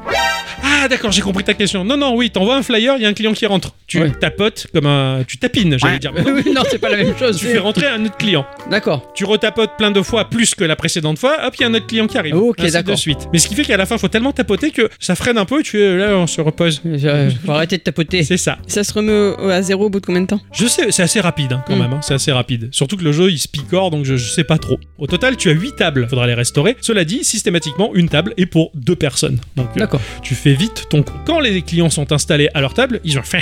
S1: Ah, d'accord, j'ai compris ta question. Non, non, oui, t'envoies un flyer, il y a un client qui rentre. Tu
S2: Ouais.
S1: tapotes comme un. Tu tapines, j'allais dire.
S2: Oui, non, c'est pas la même chose.
S1: tu fais rentrer un autre client.
S2: D'accord.
S1: Tu retapotes plein de fois plus que la précédente fois, hop, il y a un autre client qui arrive.
S2: Ok,
S1: Ainsi de
S2: d'accord.
S1: suite. Mais ce qui fait qu'à la fin, faut tellement tapoter que ça freine un peu et tu es là, on se repose.
S2: Euh, Faut arrêter de tapoter.
S1: C'est ça.
S3: Ça se remet au- à zéro au bout de combien de temps
S1: Je sais, c'est assez rapide hein, quand
S3: Mm.
S1: même, hein, c'est assez rapide. Surtout que le jeu il se picore donc je, je sais pas trop. Au total, tu as 8 tables, faudra les restaurer. Cela dit, systématiquement, une table est pour deux personnes. Donc euh,
S2: D'accord.
S1: tu fais vite ton compte. Quand les clients sont installés à leur table, ils ont faim.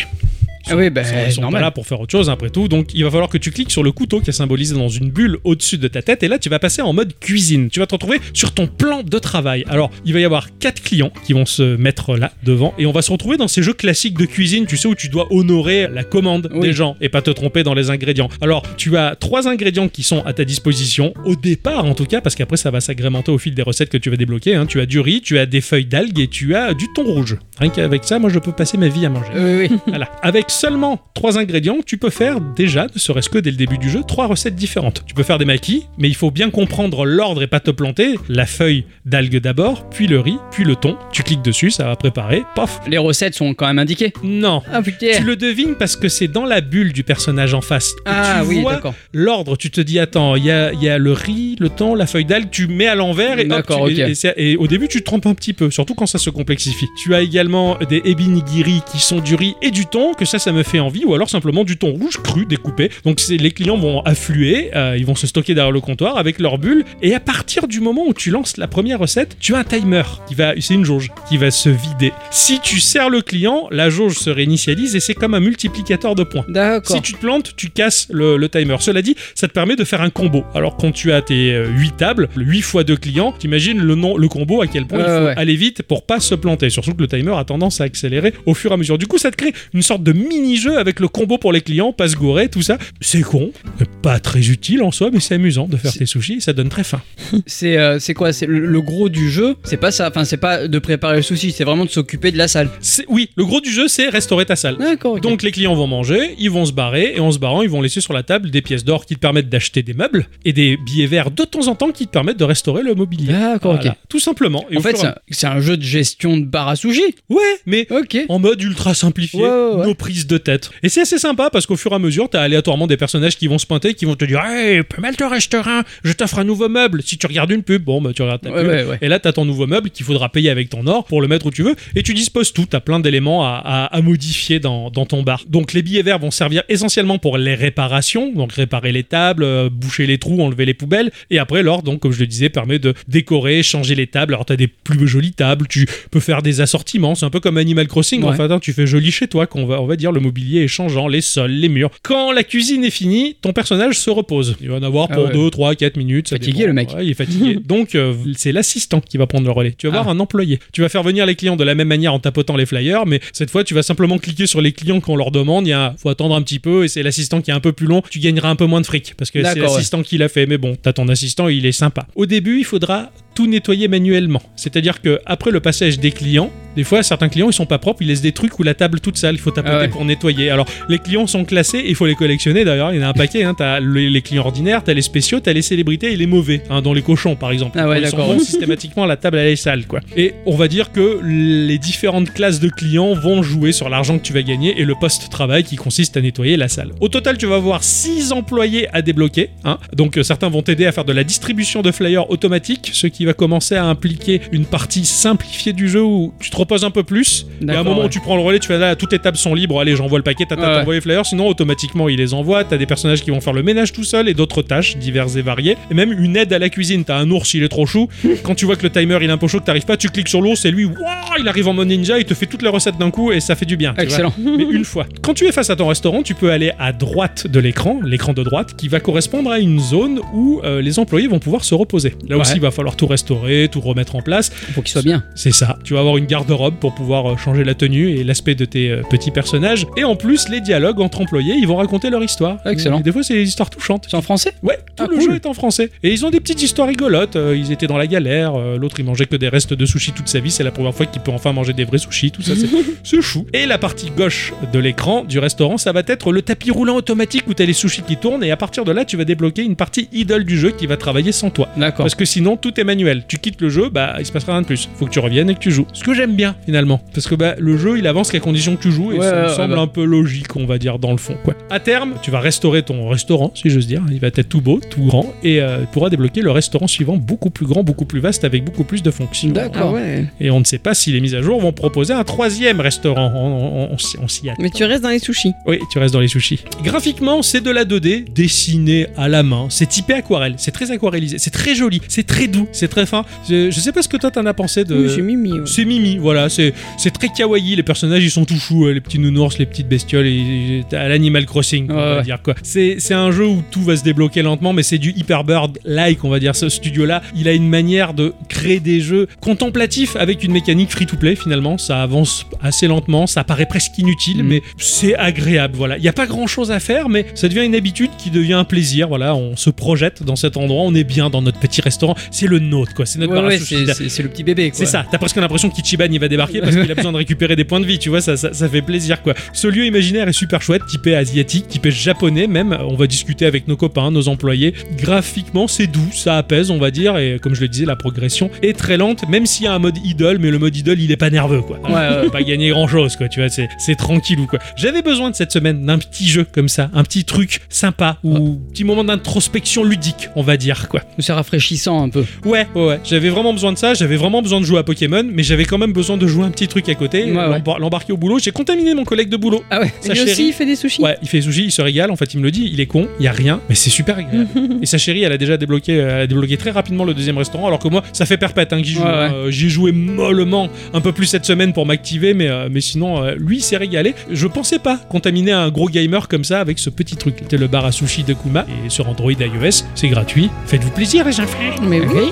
S2: Ah oui, bah,
S1: Ils sont- ils sont pas
S2: normal.
S1: là pour faire autre chose après tout, donc il va falloir que tu cliques sur le couteau qui est symbolisé dans une bulle au-dessus de ta tête, et là tu vas passer en mode cuisine. Tu vas te retrouver sur ton plan de travail. Alors il va y avoir quatre clients qui vont se mettre là devant, et on va se retrouver dans ces jeux classiques de cuisine, tu sais où tu dois honorer la commande
S2: Oui.
S1: des gens et pas te tromper dans les ingrédients. Alors tu as trois ingrédients qui sont à ta disposition au départ en tout cas, parce qu'après ça va s'agrémenter au fil des recettes que tu vas débloquer. hein. Tu as du riz, tu as des feuilles d'algues et tu as du thon rouge. Rien qu'avec ça, moi je peux passer ma vie à manger.
S2: Euh, Oui, oui.
S1: Voilà. Avec seulement trois ingrédients, tu peux faire déjà, ne serait-ce que dès le début du jeu, trois recettes différentes. Tu peux faire des maquis, mais il faut bien comprendre l'ordre et pas te planter. La feuille d'algue d'abord, puis le riz, puis le thon. Tu cliques dessus, ça va préparer. Pof.
S2: Les recettes sont quand même indiquées.
S1: Non.
S2: Ah
S1: Tu
S2: putain.
S1: le devines parce que c'est dans la bulle du personnage en face.
S2: Ah
S1: tu
S2: oui,
S1: vois
S2: d'accord.
S1: l'ordre. Tu te dis, attends, il y a, il y a le riz, le thon, la feuille d'algue, tu mets à l'envers et, hop,
S2: D'accord,
S1: tu- et-
S2: ok.
S1: et c'est- et au début, tu te trompes un petit peu, surtout quand ça se complexifie. Tu as également des ebinigiri qui sont du riz et du thon, que ça ça me fait envie ou alors simplement du thon rouge cru découpé. Donc c'est- les clients vont affluer, euh, ils vont se stocker derrière le comptoir avec leur bulle et à partir du moment où tu lances la première recette, tu as un timer qui va c'est une jauge qui va se vider. Si tu sers le client, la jauge se réinitialise et c'est comme un multiplicateur de points.
S2: D'accord.
S1: Si tu te plantes, tu casses le, le timer. Cela dit, ça te permet de faire un combo. Alors quand tu as tes 8 tables, 8 fois 2 clients, t'imagines le, nom- le combo à quel point
S2: Ouais,
S1: il faut
S2: ouais.
S1: aller vite pour pas se planter. Surtout que le timer a tendance à accélérer au fur et à mesure. Du coup, ça te crée une sorte de mini-jeu avec le combo pour les clients, pas se gourer, tout ça. C'est con, mais pas très utile en soi, mais c'est amusant de faire
S2: C'est-
S1: tes sushis et ça donne très faim.
S2: C'est euh, c'est quoi C'est le, le gros du jeu. C'est pas ça. Enfin, c'est pas de préparer le souci. C'est vraiment de s'occuper de la salle.
S1: C'est- Oui, le gros du jeu, c'est restaurer ta salle.
S2: D'accord. ok.
S1: Donc les clients vont manger, ils vont se barrer, et en se barrant, ils vont laisser sur la table des pièces d'or qui te permettent d'acheter des meubles et des billets verts de temps en temps qui te permettent de restaurer le mobilier.
S2: D'accord.
S1: Voilà,
S2: ok.
S1: Tout simplement. Et
S2: En
S1: au
S2: fait,
S1: fur et
S2: c'est
S1: à-
S2: un- c'est un jeu de gestion de bar à sushi.
S1: ouais, mais
S2: Ok.
S1: en mode ultra simplifié,
S2: Ouais, ouais, ouais.
S1: nos prises de tête. Et c'est assez sympa parce qu'au fur et à mesure, t'as aléatoirement des personnages qui vont se pointer, qui vont te dire Hey, pas mal te restaurant, je t'offre un nouveau meuble. Si tu regardes une pub, bon, bah tu regardes ta
S2: Ouais,
S1: pub.
S2: ouais, ouais.
S1: Et là, t'as ton nouveau meuble qu'il faudra payer avec ton or pour le mettre où tu veux. Et tu disposes tout. T'as plein d'éléments à, à- à modifier dans, dans ton bar. Donc, les billets verts vont servir essentiellement pour les réparations. Donc, réparer les tables, euh, boucher les trous, enlever les poubelles. Et après, l'or, donc, comme je le disais, permet de décorer, changer les tables. Alors, t'as des plus jolies tables. Tu peux faire des assortiments. C'est un peu comme Animal Crossing.
S2: Ouais.
S1: Enfin, attends, tu fais joli chez toi. Qu'on va, on va dire le mobilier est changeant, les sols, les murs. Quand la cuisine est finie, ton personnage se repose. Il va en avoir
S2: Ah
S1: pour
S2: ouais.
S1: 2, 3, 4 minutes. ça
S2: Fatigué,
S1: dépend.
S2: le mec.
S1: Ouais, il est fatigué. Donc, euh, c'est l'assistant qui va prendre le relais. Tu vas
S2: Ah.
S1: avoir un employé. Tu vas faire venir les clients de la même manière en tapotant les flyers, mais cette fois, tu vas simplement cliquer sur les clients quand on leur demande. Il y a, faut attendre un petit peu et c'est l'assistant qui est un peu plus long. Tu gagneras un peu moins de fric parce que c'est
S2: D'accord, ouais.
S1: l'assistant qui l'a fait. Mais bon, t'as ton assistant, il est sympa. Au début, il faudra tout nettoyer manuellement. C'est-à-dire que après le passage des clients, des fois, certains clients, ils sont pas propres, ils laissent des trucs ou la table toute sale. Il faut tapoter
S2: Ah ouais.
S1: pour nettoyer. Alors, les clients sont classés, et il faut les collectionner d'ailleurs. Il y en a un paquet. Hein. T'as les, les clients ordinaires, t'as les spéciaux, t'as les célébrités et les mauvais. Hein, dans les cochons, par exemple.
S2: Ah ouais,
S1: Ils sont
S2: d'accord.
S1: bons, systématiquement, la table, elle est sale. Quoi. Et on va dire que les différentes classes de clients vont jouer sur l'argent que tu vas gagner et le post-travail qui consiste à nettoyer la salle. Au total, tu vas avoir 6 employés à débloquer. hein. Donc, euh, certains vont t'aider à faire de la distribution de flyers automatique, ce qui va commencer à impliquer une partie simplifiée du jeu où tu te reposes un peu plus. Et à un
S2: D'accord,
S1: moment
S2: ouais.
S1: où tu prends le relais, tu fais là, toutes les tables sont libres, allez, j'envoie le paquet, tata,
S2: Ouais.
S1: t'envoies les flyers, sinon automatiquement ils les envoient. T'as des personnages qui vont faire le ménage tout seul et d'autres tâches diverses et variées. Et même une aide à la cuisine. T'as un ours, il est trop chou. Quand tu vois que le timer il est un peu chaud, que t'arrives pas, tu cliques sur l'ours et lui, wouah, il arrive en mode ninja, il te fait toutes les recettes d'un coup et ça fait du bien. tu vois
S2: Excellent.
S1: mais une fois. Quand tu es face à ton restaurant, tu peux aller à droite de l'écran, l'écran de droite, qui va correspondre à une zone où euh, les employés vont pouvoir se reposer. Là
S2: Ouais.
S1: aussi, il va falloir tout restaurer, tout remettre en place.
S2: Pour qu'il soit bien.
S1: C'est ça. Tu vas avoir une garde-robe pour pouvoir euh, changer la tenue et l'aspect de tes euh, petits personnages. Et en plus, les dialogues entre employés, ils vont raconter leur histoire.
S2: Ah, Excellent.
S1: Et des fois, c'est des histoires touchantes.
S2: C'est en français
S1: Ouais, tout
S2: Ah,
S1: le
S2: cool.
S1: jeu est en français. Et ils ont des petites histoires rigolotes. Euh, ils étaient dans la galère. euh, L'autre, il mangeait que des restes de sushi toute sa vie. C'est la première fois qu'il peut enfin manger des vrais sushis. Tout ça, c'est c'est chou. Et la partie gauche de l'écran du restaurant, ça va être le tapis roulant automatique où t'as les sushis qui tournent. Et à partir de là, tu vas débloquer une partie idole du jeu qui va travailler sans toi.
S2: D'accord.
S1: Parce que sinon, tout est manuel. Tu quittes le jeu, bah, il se passera rien de plus. Faut que tu reviennes et que tu joues. Ce que j'aime bien, finalement. Parce que bah, le jeu, il avance qu'à condition que tu joues. Et
S2: Ouais,
S1: ça me
S2: ouais,
S1: semble
S2: ouais, bah.
S1: un peu logique, on va dire, dans le fond. Quoi. À terme, tu vas restaurer ton restaurant, si j'ose dire. Il va être tout beau, tout grand. Et euh, tu pourras débloquer le restaurant suivant, beaucoup plus grand, beaucoup plus vaste, avec beaucoup plus de fonctions.
S2: D'accord.
S3: Ah ouais.
S1: Et on ne sait pas si les mises à jour vont proposer un troisième restaurant. On, on- on s'y- on s'y attend.
S3: Mais tu restes dans les sushis.
S1: Oui, tu restes dans les sushis. Graphiquement, c'est de la 2D dessinée à la main. C'est typé aquarelle. C'est très aquarellisé. C'est très joli. C'est très doux. C'est très fin. Je, je sais pas ce que toi t'en as pensé de.
S3: Oui, j'ai mimi. ouais.
S1: C'est mimi, voilà, c'est c'est très kawaii, les personnages ils sont tout choux, hein, les petits nounours, les petites bestioles, ils- ils- à l'Animal Crossing, on
S2: Ouais,
S1: va
S2: ouais.
S1: dire quoi. C'est c'est un jeu où tout va se débloquer lentement, mais c'est du Hyperbird-like, on va dire. Ce studio-là, il a une manière de créer des jeux contemplatifs avec une mécanique free-to-play finalement. Ça avance assez lentement, ça paraît presque inutile,
S2: Mm.
S1: mais c'est agréable, voilà. Il n'y a pas grand-chose à faire, mais ça devient une habitude qui devient un plaisir, voilà. On se projette dans cet endroit, on est bien dans notre petit restaurant, c'est le nôtre, quoi. C'est notre
S2: Ouais,
S1: bar à
S2: ouais,
S1: sushi.
S2: c'est c'est- c'est le petit bébé. quoi.
S1: C'est ça, t'as presque l'impression qu'Ichiban il va débarquer parce qu'il a besoin de récupérer des points de vie, tu vois, ça, ça, ça fait plaisir quoi. Ce lieu imaginaire est super chouette, typé asiatique, typé japonais même, on va discuter avec nos copains, nos employés, voyez, graphiquement, c'est doux, ça apaise, on va dire, et comme je le disais, la progression est très lente, même s'il y a un mode idle, mais le mode idle, il est pas nerveux, quoi.
S2: Ouais, ouais.
S1: pas gagner grand chose, quoi, tu vois, c'est, c'est tranquillou, quoi. J'avais besoin de cette semaine d'un petit jeu comme ça, un petit truc sympa, ou petit moment d'introspection ludique, on va dire, quoi.
S2: C'est rafraîchissant un peu.
S1: Ouais, ouais, ouais. J'avais vraiment besoin de ça. J'avais vraiment besoin de jouer à Pokémon, mais j'avais quand même besoin de jouer un petit truc à côté,
S2: Ouais, ouais.
S1: l'embar- l'embarquer au boulot. J'ai contaminé mon collègue de boulot.
S2: Ah ouais.
S1: Sa
S3: Lui
S1: chérie-
S3: aussi, il fait des sushis.
S1: Ouais, il fait sushi, il se régale. En fait, il me le dit, il est con, il y a rien, mais c'est super agréable. et sa chérie, elle a déjà débloqué, euh, elle a débloqué très rapidement le deuxième restaurant, alors que moi, ça fait perpète hein, que j'y joue.
S2: Ouais, ouais.
S1: Euh, J'y ai joué mollement, un peu plus cette semaine pour m'activer, mais, euh, mais sinon, euh, lui, il s'est régalé. Je pensais pas contaminer un gros gamer comme ça avec ce petit truc. C'était le bar à sushi de Kuma, et sur Android iOS, c'est gratuit. Faites-vous plaisir, les enfants.
S3: Mais oui.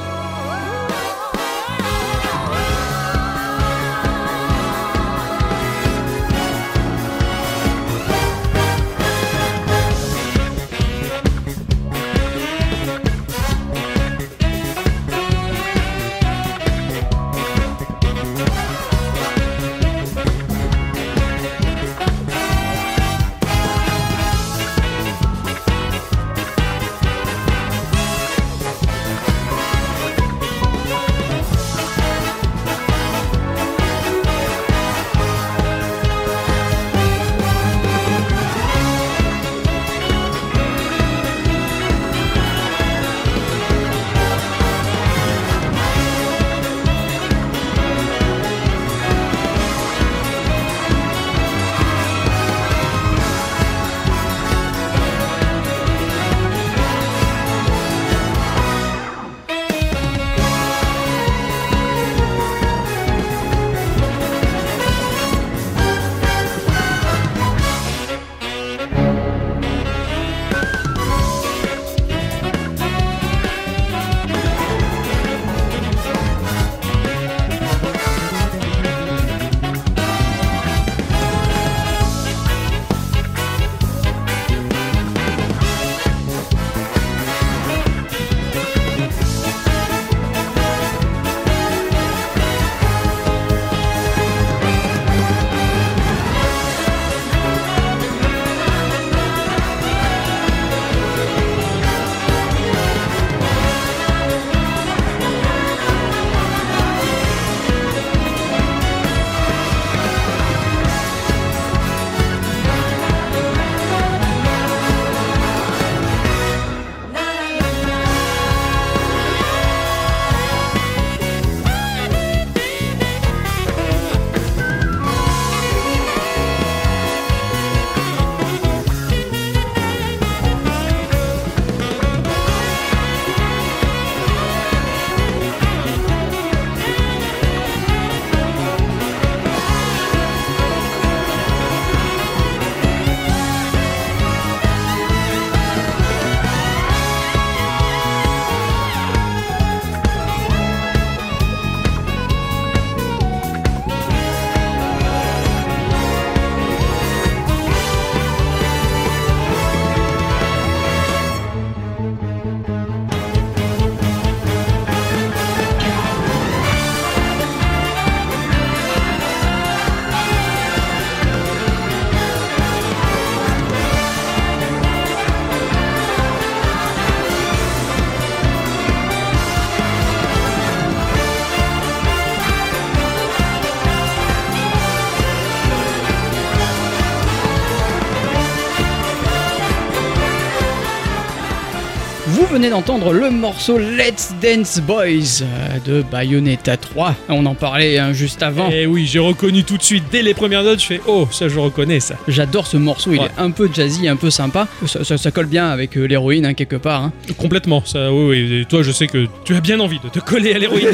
S2: Vous venez d'entendre le morceau Let's Dance Boys euh, de Bayonetta 3. On en parlait hein, juste avant.
S1: Et Eh oui, j'ai reconnu tout de suite, dès les premières notes, je fais Oh, ça je reconnais ça.
S2: J'adore ce morceau, il
S1: Ouais.
S2: est un peu jazzy, un peu sympa. Ça, ça- ça colle bien avec euh, l'héroïne hein, quelque part. hein.
S1: Complètement, ça, oui, oui. Et toi, je sais que tu as bien envie de te coller à l'héroïne.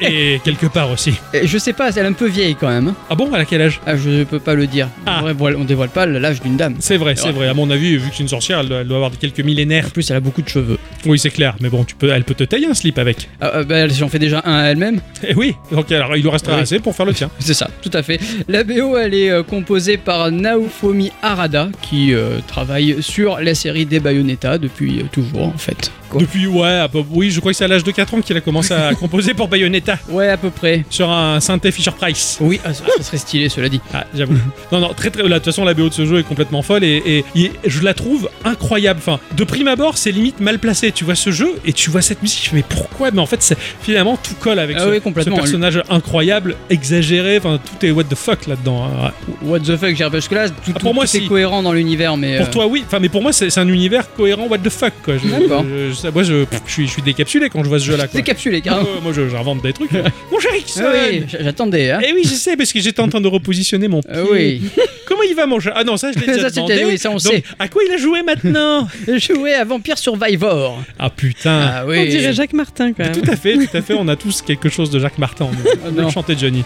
S1: Et quelque part aussi.
S2: Et je sais pas, elle est un peu vieille quand même. hein.
S1: Ah bon, à quel âge
S2: Ah, je peux pas le dire.
S1: Ah.
S2: On dévoile- on dévoile pas l'âge d'une dame.
S1: C'est vrai, c'est
S2: Ouais.
S1: vrai. À mon avis, vu que c'est une sorcière, elle doit, elle doit avoir quelques millénaires.
S2: En plus, elle a beaucoup de cheveux.
S1: Oui, c'est clair, mais bon, tu peux, elle peut te tailler un slip avec.
S2: Ah, euh, bah, elle- j'en fais déjà un à elle-même.
S1: Et oui, donc alors, il lui restera
S2: Oui.
S1: assez pour faire le tien.
S2: C'est ça, tout à fait. La BO, elle est euh, composée par Naofomi Harada, qui euh, travaille sur la série des Bayonetta depuis euh, toujours, en fait. quoi.
S1: Depuis, ouais, à peu- oui, je crois que c'est à l'âge de 4 ans qu'il a commencé à composer pour Bayonetta
S2: Ouais, à peu près.
S1: sur un synthé Fisher Price.
S2: Oui, ah, ça, ça serait stylé, cela dit.
S1: Ah, j'avoue. non, non, très très. là, De toute façon, la BO de ce jeu est complètement folle et, et- et je la trouve incroyable. Enfin, de prime abord, c'est limite mal placé. Tu vois ce jeu et tu vois cette musique, mais pourquoi Mais en fait, c'est- finalement, tout colle avec
S2: Ah
S1: ce,
S2: oui, complètement.
S1: ce personnage incroyable, exagéré. Enfin, tout est what the fuck là-dedans. hein. Ouais.
S2: What the fuck, j'ai parce que là, tout,
S1: Ah,
S2: tout-
S1: pour moi,
S2: tout est
S1: si.
S2: cohérent dans l'univers, mais.
S1: Pour
S2: euh,
S1: toi, oui. Enfin, mais pour moi, c'est c'est un univers cohérent. What the fuck, quoi. Je,
S2: D'accord.
S1: je- je- ça- moi, je, pff, je suis, je suis décapsulé quand je vois ce jeu-là. quoi.
S2: C'est capsulé,
S1: Ah,
S2: carrément.
S1: ouais, moi, je- j'invente des trucs. hein. Mon cher Ixon
S2: Ah oui, j- j'attendais, hein.
S1: Eh oui, je sais, parce que j'étais en train de repositionner mon pied.
S2: Ah oui.
S1: Comment il va, mon chat Ah non, ça, je l'ai
S2: Ça,
S1: déjà
S2: c'était-
S1: demandé.
S2: oui, ça, on
S1: Donc,
S2: sait.
S1: À quoi il a joué maintenant
S2: Jouer à Vampire Survivor.
S1: Ah putain
S2: Ah
S3: On
S2: oui.
S3: dirait Jacques Martin quand même.
S1: Tout à fait, tout à fait, on a tous quelque chose de Jacques Martin en nous. On peut
S2: Ah. non.
S1: le chanter Johnny.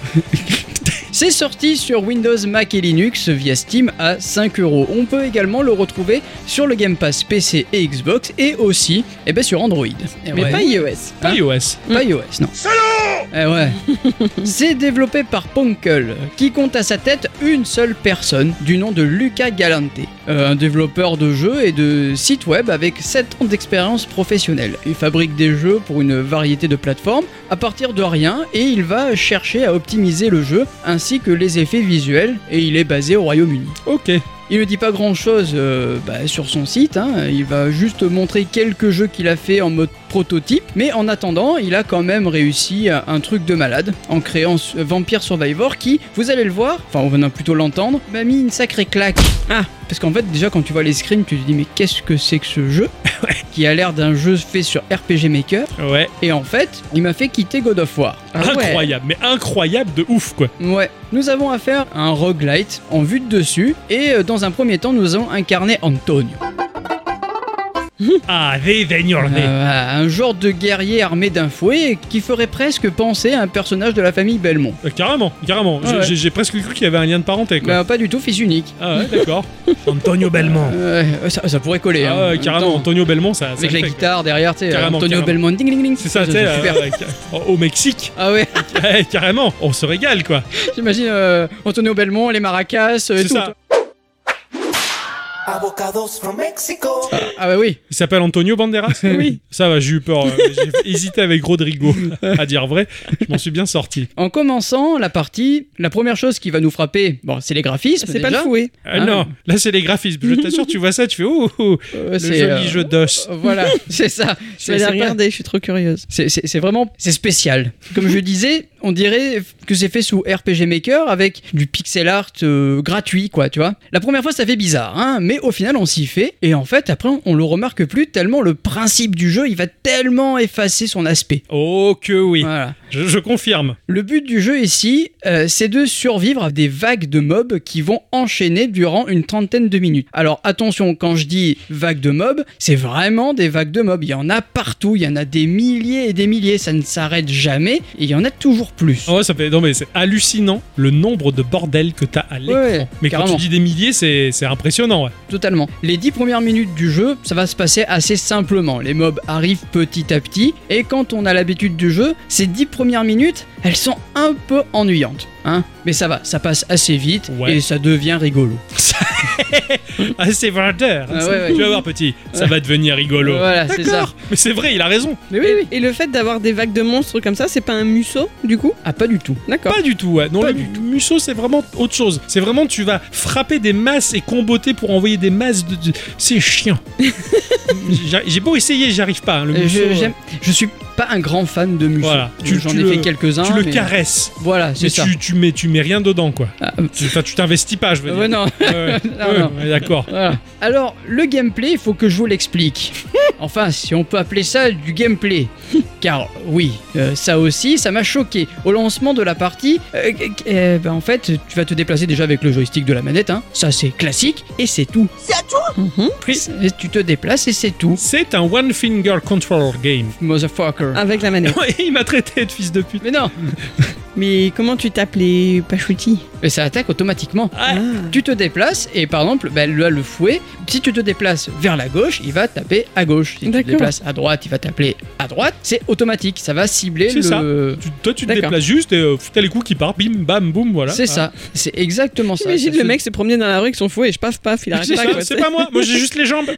S2: C'est sorti sur Windows, Mac et Linux via Steam à 5 euros. On peut également le retrouver sur le Game Pass PC et Xbox et aussi eh ben, sur Android. Eh
S3: Mais
S2: ouais.
S3: pas iOS.
S1: Pas
S2: Hein
S1: iOS.
S2: Pas iOS, non. Eh ouais. C'est développé par Ponkel, qui compte à sa tête une seule personne, du nom de Luca Galante, Euh, un développeur de jeux et de sites web avec 7 ans d'expérience professionnelle. Il fabrique des jeux pour une variété de plateformes à partir de rien et il va chercher à optimiser le jeu ainsi que les effets visuels et il est basé au Royaume-Uni.
S1: Ok.
S2: Il ne dit pas grand chose sur son site, hein. il va juste montrer quelques jeux qu'il a fait en mode prototype, mais en attendant, il a quand même réussi euh, un- un truc de malade en créant ce Vampire Survivor qui, vous allez le voir, enfin on va plutôt l'entendre, m'a mis une sacrée claque. Ah, parce qu'en fait déjà quand tu vois les screens, tu te dis mais qu'est-ce que c'est que ce jeu Qui a l'air d'un jeu fait sur RPG Maker,
S1: Ouais.
S2: et en fait, il m'a fait quitter God of War. Ah
S1: incroyable, mais incroyable de ouf quoi.
S2: Ouais, nous avons affaire à un roguelite en vue de dessus, et euh, dans un premier temps, nous allons incarner Antonio.
S1: Ah, they, they, your name.
S2: Euh, un genre de guerrier armé d'un fouet qui ferait presque penser à un personnage de la famille Belmont.
S1: Euh, Carrément, carrément.
S2: Ah
S1: J'ai-
S2: ouais.
S1: J'ai j'ai presque cru qu'il y avait un lien de parenté quoi.
S2: Bah, pas du tout fils unique.
S1: Ah ouais, d'accord. Antonio Belmont.
S2: Euh, ça, ça pourrait coller. hein,
S1: Ah
S2: en
S1: ouais,
S2: même
S1: carrément,
S2: temps.
S1: Antonio Belmont, ça. ça
S2: Avec
S1: le
S2: la
S1: fait, quoi.
S2: guitare derrière, tu sais,
S1: Carrément,
S2: Antonio
S1: carrément.
S2: Belmont, ding ding ding.
S1: C'est ça, tu sais,
S2: super.
S1: euh, euh, au Mexique.
S2: Ah ouais,
S1: Ouais, carrément, on se régale quoi.
S2: j'imagine euh, Antonio Belmont, les maracas, euh, et
S1: C'est
S2: tout.
S1: ça.
S6: Avocados from Mexico.
S2: Ah bah oui.
S1: Il s'appelle Antonio Banderas Oui. Ça va, j'ai eu peur. euh, J'ai hésité avec Rodrigo, à dire vrai. Je m'en suis bien sorti.
S2: En commençant la partie, la première chose qui va nous frapper, bon, c'est les graphismes.
S3: C'est pas le
S2: déjà.
S3: fouet.
S1: Ah,
S2: Ah.
S1: non, là c'est les graphismes. Je t'assure, tu vois ça, tu fais oh, oh, oh,
S2: Euh,
S1: le
S2: c'est,
S1: joli
S2: euh,
S1: jeu d'os.
S2: Voilà, c'est ça.
S3: Je vais
S2: C'est-
S3: aller
S2: c'est pas-
S3: regarder, je suis trop curieuse.
S2: C'est- C'est c'est vraiment c'est spécial. Comme je disais, on dirait que c'est fait sous RPG Maker avec du pixel art euh, gratuit, quoi, tu vois. La première fois, ça fait bizarre, hein, mais au final, on s'y fait. Et en fait, après, on le remarque plus tellement le principe du jeu, il va tellement effacer son aspect.
S1: Oh que oui,
S2: Voilà.
S1: je, je confirme.
S2: Le but du jeu ici, euh, c'est de survivre à des vagues de mobs qui vont enchaîner durant une trentaine de minutes. Alors attention, quand je dis vagues de mobs, c'est vraiment des vagues de mobs. Il y en a partout, il y en a des milliers et des milliers, ça ne s'arrête jamais, et il y en a toujours plus.
S1: Oh, ça fait non mais c'est hallucinant le nombre de bordels que t'as à l'écran.
S2: Ouais,
S1: mais
S2: carrément.
S1: quand tu dis des milliers, c'est c'est impressionnant. Ouais.
S2: Totalement. Les 10 premières minutes du jeu, ça va se passer assez simplement. Les mobs arrivent petit à petit, et quand on a l'habitude du jeu, ces 10 premières minutes, elles sont un peu ennuyantes. Hein Mais ça va, ça passe assez vite,
S1: Ouais.
S2: et ça devient rigolo.
S1: Ah c'est vendeur.
S2: Ah, ouais, ouais.
S1: Tu vas voir petit, ça va devenir rigolo.
S2: Voilà, c'est ça.
S1: D'accord. Mais c'est vrai, il a raison.
S2: Mais oui, oui.
S3: Et le fait d'avoir des vagues de monstres comme ça, c'est pas un musso du coup
S2: Ah, pas du tout.
S3: D'accord.
S1: Pas du tout. Ouais. Non,
S2: Pas
S1: le Musso, c'est vraiment autre chose. C'est vraiment tu vas frapper des masses et comboter pour envoyer des masses de. de- C'est chiant. J'ai- J'ai beau essayer, j'arrive pas. hein, le
S2: Euh,
S1: Musso,
S2: je,
S1: euh,
S2: j'aime- je suis pas un grand fan de Musou.
S1: Voilà. Tu-
S2: J'en
S1: tu
S2: ai
S1: le-
S2: fait quelques-uns.
S1: tu le
S2: mais-
S1: caresses.
S2: Voilà, c'est
S1: Mais
S2: ça.
S1: tu, tu mets, tu mets rien dedans, quoi.
S2: Ah, euh,
S1: Tu- Enfin, tu t'investis pas, je veux dire.
S2: ouais, non.
S1: Ouais, ouais.
S2: Non,
S1: Ouais,
S2: non.
S1: ouais, d'accord.
S2: Voilà. Alors, le gameplay, il faut que je vous l'explique. Enfin, si on peut appeler ça du gameplay. Car oui, euh, ça aussi, ça m'a choqué. Au lancement de la partie, euh, euh, ben, en fait, tu vas te déplacer déjà avec le joystick de la manette. hein. Ça, c'est classique. Et c'est tout.
S3: Mhm.
S2: C'est- Tu te déplaces et c'est tout.
S1: C'est Ah. un one finger control game.
S2: Motherfucker.
S3: Avec la manette.
S1: Il m'a traité de fils de pute.
S2: Mais non,
S3: Mais comment tu t'appelais Pachouti
S2: Et ça attaque automatiquement.
S1: Ah.
S2: Tu te déplaces et par exemple, bah, là, le fouet, si tu te déplaces vers la gauche, il va taper à gauche. Si tu te
S3: D'accord.
S2: déplaces à droite, il va taper à droite. C'est automatique, ça va cibler
S1: C'est
S2: le.
S1: ça. Tu- toi, tu te
S2: D'accord.
S1: déplaces juste et euh, t'as les coups qui partent, bim, bam, boum, voilà. Ah.
S2: C'est ça, c'est exactement ça.
S3: Imagine
S2: Ça
S3: le
S2: se-
S3: mec se promener dans la rue avec son fouet et je paf paf, il
S1: Ah.
S3: arrête
S1: C'est
S3: pas.
S1: ça,
S3: quoi,
S1: c'est
S3: tu sais.
S1: pas moi. Moi, j'ai juste les jambes.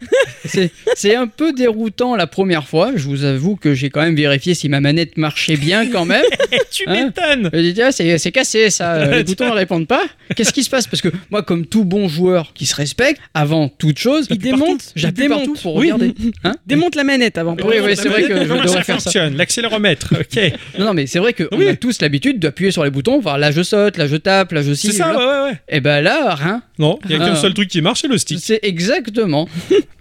S2: C'est c'est un peu déroutant la première fois. Je vous avoue que j'ai quand même vérifié si ma manette marchait bien quand même.
S1: Eh, tu
S2: Hein
S1: m'étonnes.
S2: J'ai dit, ah, c'est c'est cassé ça, euh, les boutons ne répondent pas. Qu'est-ce qui se passe Parce que moi, comme tout bon joueur qui se respecte, avant toute chose, il
S1: J'appuie partout.
S2: démonte, j'appuie
S3: Démonte.
S2: partout pour
S1: Oui.
S2: regarder. Hein
S3: Démonte la manette avant.
S2: Oui, oui, c'est vrai que je
S1: Comment
S2: devrais
S1: ça
S2: faire ça.
S1: fonctionne. L'accéléromètre, ok.
S2: non, non, mais c'est vrai qu'on
S1: Oui.
S2: a tous l'habitude d'appuyer sur les boutons, voir là je saute, là je tape, là je
S1: C'est
S2: cible.
S1: ça, ouais, ouais, ouais.
S2: Et ben là, rien.
S1: Non, il y a qu'un
S2: Ah.
S1: seul truc qui marche, c'est le stick.
S2: C'est exactement.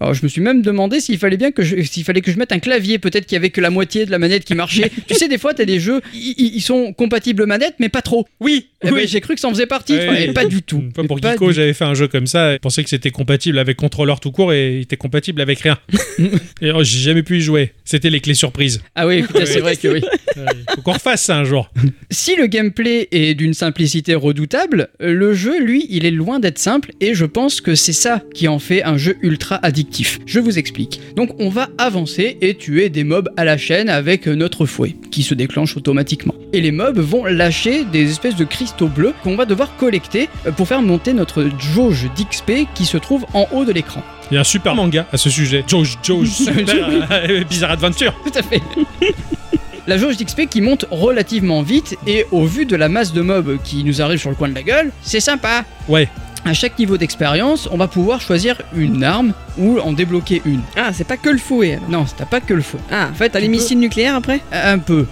S2: Alors, je me suis même demandé s'il fallait bien que je, s'il fallait que je mette un clavier. Peut-être qu'il y avait que la moitié de la manette qui marchait. tu sais, des fois, t'as des jeux, ils- ils ils sont compatibles manette, mais pas trop.
S1: Oui,
S2: Eh ben, j'ai cru que ça en faisait partie,
S1: Ouais.
S2: toi, et pas du tout.
S1: Une fois pour
S2: Et pas
S1: Geeko,
S2: du-
S1: j'avais fait un jeu comme ça et pensais que c'était compatible avec contrôleur tout court et il était compatible avec rien. et oh, j'ai jamais pu y jouer. C'était les clés surprises.
S2: Ah oui, putain, c'est
S1: Ouais.
S2: vrai que oui.
S1: Ouais, Faut qu'on refasse ça un jour.
S2: Si le gameplay est d'une simplicité redoutable, le jeu, lui, il est loin d'être simple et je pense que c'est ça qui en fait un jeu ultra addictif. Je vous explique. Donc on va avancer et tuer des mobs à la chaîne avec notre fouet, qui se déclenche automatiquement. Et les mobs vont lâcher des espèces de cristaux bleus qu'on va devoir collecter euh, pour faire monter notre jauge d'XP qui se trouve en haut de l'écran.
S1: Il y a un super manga à ce sujet. Jojo, Jojo, super, euh, bizarre adventure.
S2: Tout à fait. La jauge d'XP qui monte relativement vite et au vu de la masse de mobs qui nous arrive sur le coin de la gueule, c'est sympa.
S1: Ouais.
S2: À chaque niveau d'expérience, on va pouvoir choisir une arme ou en débloquer une.
S3: Ah, c'est pas que le fouet alors.
S2: Non, t'as pas que le fouet.
S3: Ah, en fait, t'as
S2: tu
S3: les
S2: peux-
S3: missiles nucléaires après
S2: Euh, Un peu.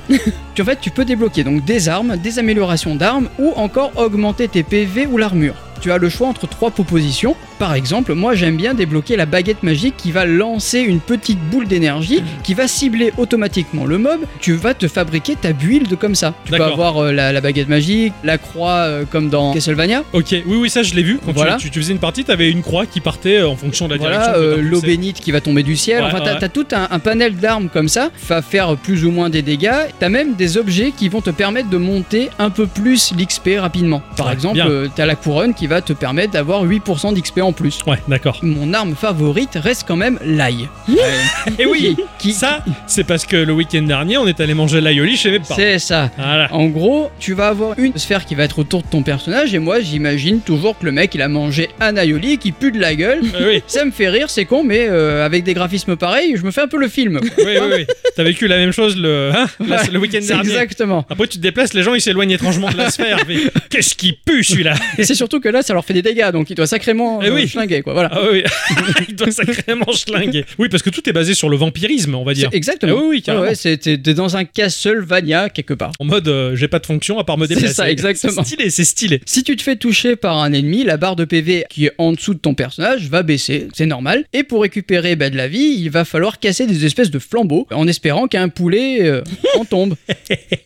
S2: Tu- en fait, tu peux débloquer donc des armes, des améliorations d'armes ou encore augmenter tes PV ou l'armure. Tu as le choix entre trois propositions. Par exemple, moi j'aime bien débloquer la baguette magique qui va lancer une petite boule d'énergie qui va cibler automatiquement le mob. Tu vas te fabriquer ta build comme ça. Tu peux
S1: D'accord.
S2: avoir euh, la, la baguette magique, la croix euh, comme dans Castlevania.
S1: Ok, oui, oui, ça je l'ai vu. Quand tu-
S2: Voilà.
S1: tu, tu faisais une partie, t'avais une croix qui partait euh, en fonction de la
S2: Voilà,
S1: direction. que
S2: euh,
S1: t'en
S2: l'eau
S1: pensais.
S2: bénite qui va tomber du ciel.
S1: Ouais,
S2: enfin, t'as
S1: ouais.
S2: t'as tout un, un panel d'armes comme ça, va faire plus ou moins des dégâts. T'as même des objets qui vont te permettre de monter un peu plus l'XP rapidement. Par
S1: Ouais,
S2: exemple,
S1: bien.
S2: euh, t'as la couronne qui va te permettre d'avoir 8% d'XP en plus.
S1: Ouais, d'accord.
S2: Mon arme favorite reste quand même l'ail.
S1: Et Eh oui,
S2: Qui-
S1: ça, c'est parce que le week-end dernier, on est allé manger l'aioli chez mes parents.
S2: C'est ça.
S1: Voilà.
S2: En gros, tu vas avoir une sphère qui va être autour de ton personnage, et moi j'imagine toujours que le mec il a mangé un aioli qui pue de la gueule.
S1: Euh, oui,
S2: Ça me fait rire, c'est con, mais euh, avec des graphismes pareils, je me fais un peu le film.
S1: oui, oui. oui. T'as vécu la même chose le, hein, la- le week-end
S2: C'est
S1: dernier.
S2: exactement.
S1: Après, tu te déplaces, les gens ils s'éloignent étrangement de la sphère. Mais Qu'est-ce qui pue celui-là
S2: Et c'est surtout que là, ça leur fait des dégâts, donc il doit sacrément
S1: Eh
S2: euh,
S1: oui.
S2: schlinguer, quoi. Voilà.
S1: Ah oui, il doit sacrément schlinguer. Oui, parce que tout est basé sur le vampirisme, on va dire.
S2: C'est- Exactement.
S1: Ah oui, oui, carrément.
S2: Ouais, ouais, c'est- t'es dans un Castlevania quelque part.
S1: En mode, euh, j'ai pas de fonction à part me
S2: C'est
S1: déplacer.
S2: ça, exactement.
S1: C'est stylé, c'est stylé.
S2: Si tu te fais toucher par un ennemi, la barre de PV qui est en dessous de ton personnage va baisser, c'est normal. Et pour récupérer bah, de la vie, il va falloir casser des espèces de flambeaux en espérant qu'un poulet euh, en tombe.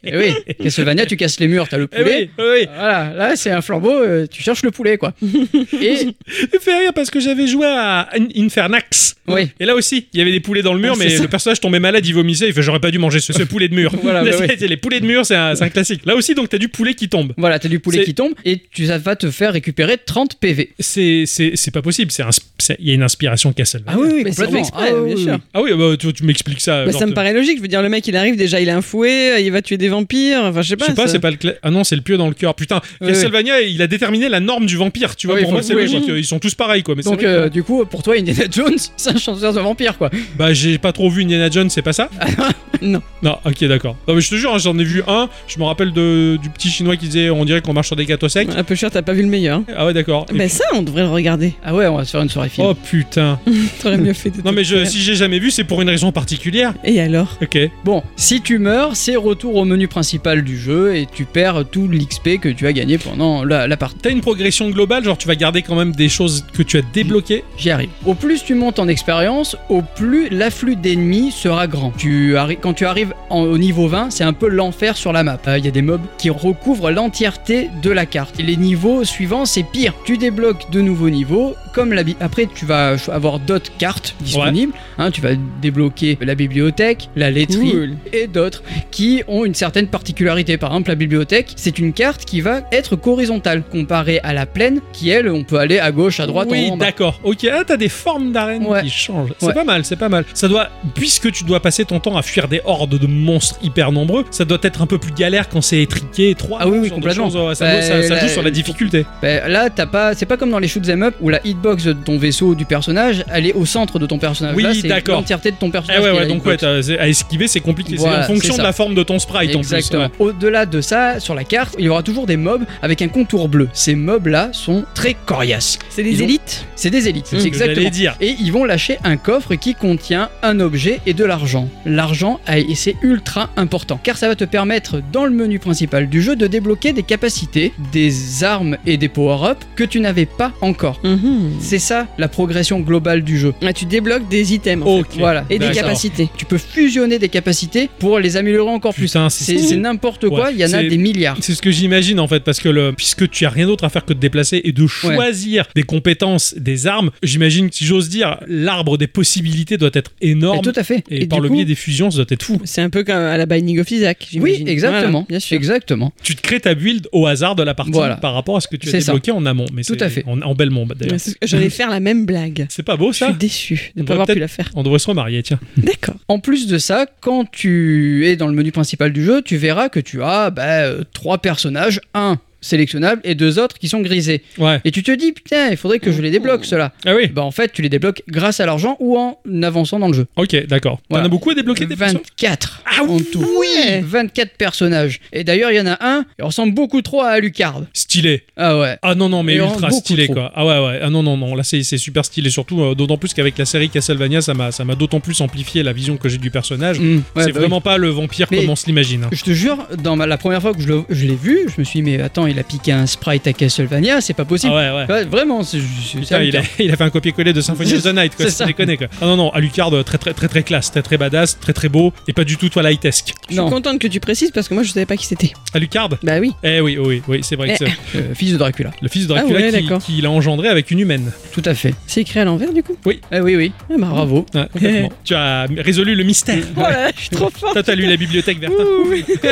S2: Et oui, Castlevania, tu casses les murs, t'as le
S1: Eh
S2: poulet.
S1: oui, eh
S2: Voilà, là c'est un flambeau, euh, tu cherches le poulet quoi. Et
S1: oui. Ça fait rire parce que j'avais joué à In- Infernax.
S2: oui,
S1: Et là aussi, il y avait des poulets dans le mur,
S2: Ah, c'est
S1: mais
S2: ça.
S1: le personnage tombait malade, il vomissait. Il fait J'aurais pas dû manger ce, ce poulet de mur.
S2: Voilà,
S1: Là,
S2: bah
S1: c'est- Les poulets de mur, c'est un, c'est un classique. Là aussi, donc, t'as du poulet qui tombe.
S2: voilà, t'as du poulet
S1: C'est-
S2: qui tombe et tu ça va te faire récupérer 30 PV.
S1: C'est c'est- c'est pas possible. c'est un- c'est- Il y a une inspiration Castlevania.
S2: oui, oui,
S3: Mais c'est fait exprès, bien sûr.
S1: Ah oui, bah, tu, tu m'expliques ça.
S3: Bah,
S1: genre,
S3: ça me
S1: te-
S3: paraît logique. Je veux dire, le mec il arrive déjà, il a un fouet, il va tuer des vampires. Enfin, je sais
S1: Je
S3: pas.
S1: sais pas,
S3: ça-
S1: c'est pas le cla- Ah non, c'est le pieu dans le cœur. Putain,
S2: Oui,
S1: Castlevania, il a déterminé la norme du vampire, tu vois.
S2: Oui,
S1: pour
S2: faut-
S1: moi, c'est
S2: oui,
S1: logique. Ils sont tous pareils, quoi. Mais c'est
S2: Donc
S1: vrai que-
S2: euh, du coup, pour toi, Indiana Jones, c'est un chanteur de vampire quoi.
S1: Bah, j'ai pas trop vu Indiana Jones, c'est pas ça
S3: Non.
S1: Non, ok, d'accord. Non, mais je te jure, hein, j'en ai vu un. Je me rappelle de, du petit chinois qui disait on dirait qu'on marche sur des gâteaux secs.
S3: Un peu cher, t'as pas vu le meilleur.
S1: Ah ouais, d'accord. Et
S3: Bah
S1: puis-
S3: ça, on devrait le regarder.
S2: Ah ouais, on va se faire une soirée film.
S1: Oh putain.
S3: T'aurais mieux fait. de
S1: Non
S3: te
S1: mais je,
S3: faire.
S1: si j'ai jamais vu, c'est pour une raison particulière.
S3: Et alors
S1: Ok.
S2: Bon, si tu meurs, c'est retour au menu principal du jeu et tu perds tout l'XP que tu as gagné pendant la, la partie.
S1: T'as une progression globale, genre tu vas garder quand même des choses choses que tu as débloquées
S2: J'y arrive. Au plus tu montes en expérience, au plus l'afflux d'ennemis sera grand. Tu arri- quand tu arrives en- au niveau 20, c'est un peu l'enfer sur la map. Euh, Il y a des mobs qui recouvrent l'entièreté de la carte. Et les niveaux suivants, c'est pire. Tu débloques de nouveaux niveaux. Comme la bi- Après, tu vas ch- avoir d'autres cartes disponibles. hein, tu vas débloquer la bibliothèque, la laiterie et d'autres qui ont une certaine particularité. Par exemple, la bibliothèque, c'est une carte qui va être horizontale comparée à la plaine qui, elle, on peut aller à gauche, à droite,
S1: Oui,
S2: en haut, en bas.
S1: d'accord. Ok, ah, t'as des formes d'arène
S2: Ouais.
S1: qui changent. C'est
S2: Ouais.
S1: pas mal, c'est pas mal. Ça doit, puisque tu dois passer ton temps à fuir des hordes de monstres hyper nombreux, ça doit être un peu plus galère quand c'est étriqué, étroit.
S2: Ah oui,
S1: ce
S2: oui,
S1: genre de
S2: complètement.
S1: choses. Ouais, ça,
S2: Bah,
S1: ça- ça joue
S2: la-
S1: sur la difficulté.
S2: Ben, là, t'as pas, c'est pas comme dans les shoot 'em up où la hitbox de ton vaisseau ou du personnage, elle est au centre de ton personnage.
S1: Oui,
S2: là, c'est
S1: d'accord.
S2: l'entièreté de ton
S1: Eh
S2: personnage.
S1: ouais,
S2: qui est
S1: ouais,
S2: la
S1: donc ouais,
S2: hitbox.
S1: t'as- c'est- à esquiver, c'est compliqué.
S2: Voilà,
S1: c'est en fonction
S2: c'est ça.
S1: de la forme de ton sprite
S2: Exactement.
S1: en plus. hein. ouais.
S2: Au-delà de ça, sur la carte, il y aura toujours des mobs avec un contour bleu. Ces mobs-là sont très coriaces.
S3: C'est des
S2: Ils ont-
S3: élites
S2: C'est des élites,
S1: Ce
S2: c'est
S1: que Hmm. j'allais
S2: exactement.
S1: dire.
S2: Et ils vont lâcher un coffre qui contient un objet et de l'argent. L'argent, a- et c'est ultra important, car ça va te permettre, dans le menu principal du jeu, de débloquer des capacités, des armes et des power-ups que tu n'avais pas encore.
S3: Mhm.
S2: C'est ça la progression globale du jeu.
S3: Ah, tu débloques des items
S2: Oh,
S3: en
S1: Ok.
S3: fait.
S2: Voilà.
S3: et des
S1: D'accord.
S3: capacités.
S2: Tu peux fusionner des capacités pour les améliorer encore plus.
S1: Putain,
S2: C'est
S1: c'est
S2: c'est n'importe quoi,
S1: Ouais,
S2: il y en a
S1: c'est-
S2: des milliards.
S1: C'est ce que j'imagine en fait, parce que le, puisque tu as rien d'autre à faire que de déplacer et de choisir des compétences, des armes, j'imagine, que, si j'ose dire, l'arbre des possibilités doit être
S2: Et
S1: énorme.
S2: tout à fait.
S1: Et, par
S2: du
S1: le
S2: coup-
S1: biais des fusions, ça doit être fou.
S3: C'est un peu comme à la Binding of Isaac,
S2: Oui,
S3: j'imagine.
S2: exactement.
S3: Voilà, bien sûr.
S2: Exactement.
S1: Tu te crées ta build au hasard de la partie
S2: Voilà.
S1: par rapport à ce que tu as
S2: C'est ça.
S1: débloqué en amont. Mais
S2: Tout
S1: c'est-
S2: à fait.
S1: En, en Belmont, d'ailleurs.
S3: C'est ce que- J'allais faire la même blague.
S1: C'est pas beau
S3: Je
S1: ça
S3: suis déçu de
S1: On
S3: ne
S1: devrait
S3: pas avoir pu
S1: peut-être-
S3: la faire.
S1: On devrait se remarier, tiens.
S3: D'accord.
S2: En plus de ça, quand tu es dans le menu principal du jeu, tu verras que tu as bah, euh, trois personnages, un sélectionnable et deux autres qui sont grisés.
S1: Ouais.
S2: Et tu te dis, putain, il faudrait que je les débloque, ceux-là.
S1: Ah oui,
S2: Bah en fait, tu les débloques grâce à l'argent ou en avançant dans le jeu.
S1: ok, d'accord.
S2: Voilà.
S1: T'en as beaucoup à débloquer des persos
S2: 24
S1: Ah
S2: en tout.
S3: ouais
S2: 24 personnages. Et d'ailleurs, il y en a un, il ressemble beaucoup trop à Alucard.
S1: Stylé.
S2: Ah ouais.
S1: Ah non, non, mais
S2: Et en
S1: ultra
S2: beaucoup
S1: stylé
S2: trop.
S1: quoi. Ah ouais, ouais. Ah non, non, non. Là, c'est c'est super stylé. Surtout, euh, d'autant plus qu'avec la série Castlevania, ça m'a ça m'a d'autant plus amplifié la vision que j'ai du personnage.
S2: Mm, ouais, bah
S1: c'est
S2: oui.
S1: vraiment pas le vampire
S2: Mais-
S1: comme on se l'imagine. hein.
S2: Je te jure, dans ma- la première fois que je le- je l'ai vu, je me suis dit, mais attends, il a piqué un sprite à Castlevania, c'est pas
S1: Ah
S2: possible.
S1: ouais, ouais.
S2: Ouais, vraiment, c'est c'est- c'est
S1: Putain, il, a,
S2: Alucard.
S1: il a fait un copier-coller de Symphony of the Night, quoi.
S2: C'est
S1: C'est
S2: ça.
S1: déconné, quoi. Ah non, non, Alucard, euh, très, très, très, très classe, très, très badass, très, très beau, et pas du tout Twilight-esque.
S3: Je suis
S2: Non.
S3: contente que tu précises parce que moi je savais pas qui c'était.
S1: Alucard
S3: Bah oui.
S1: Eh oui, oui, oui, c'est vrai que
S3: Eh.
S1: c'est
S2: Euh, fils de Dracula,
S1: le fils de
S3: Ah
S1: Dracula
S3: ouais,
S1: qui-
S3: d'accord.
S1: qui, l'a engendré avec une humaine.
S2: tout à fait.
S3: C'est écrit à l'envers du coup.
S2: Eh oui, oui,
S3: Ah, marrant.
S2: bravo.
S1: Ouais, complètement. tu as résolu le mystère.
S2: Mm.
S3: Oh là là, je suis trop forte.
S1: Toi, t'as lu la bibliothèque, Bertin.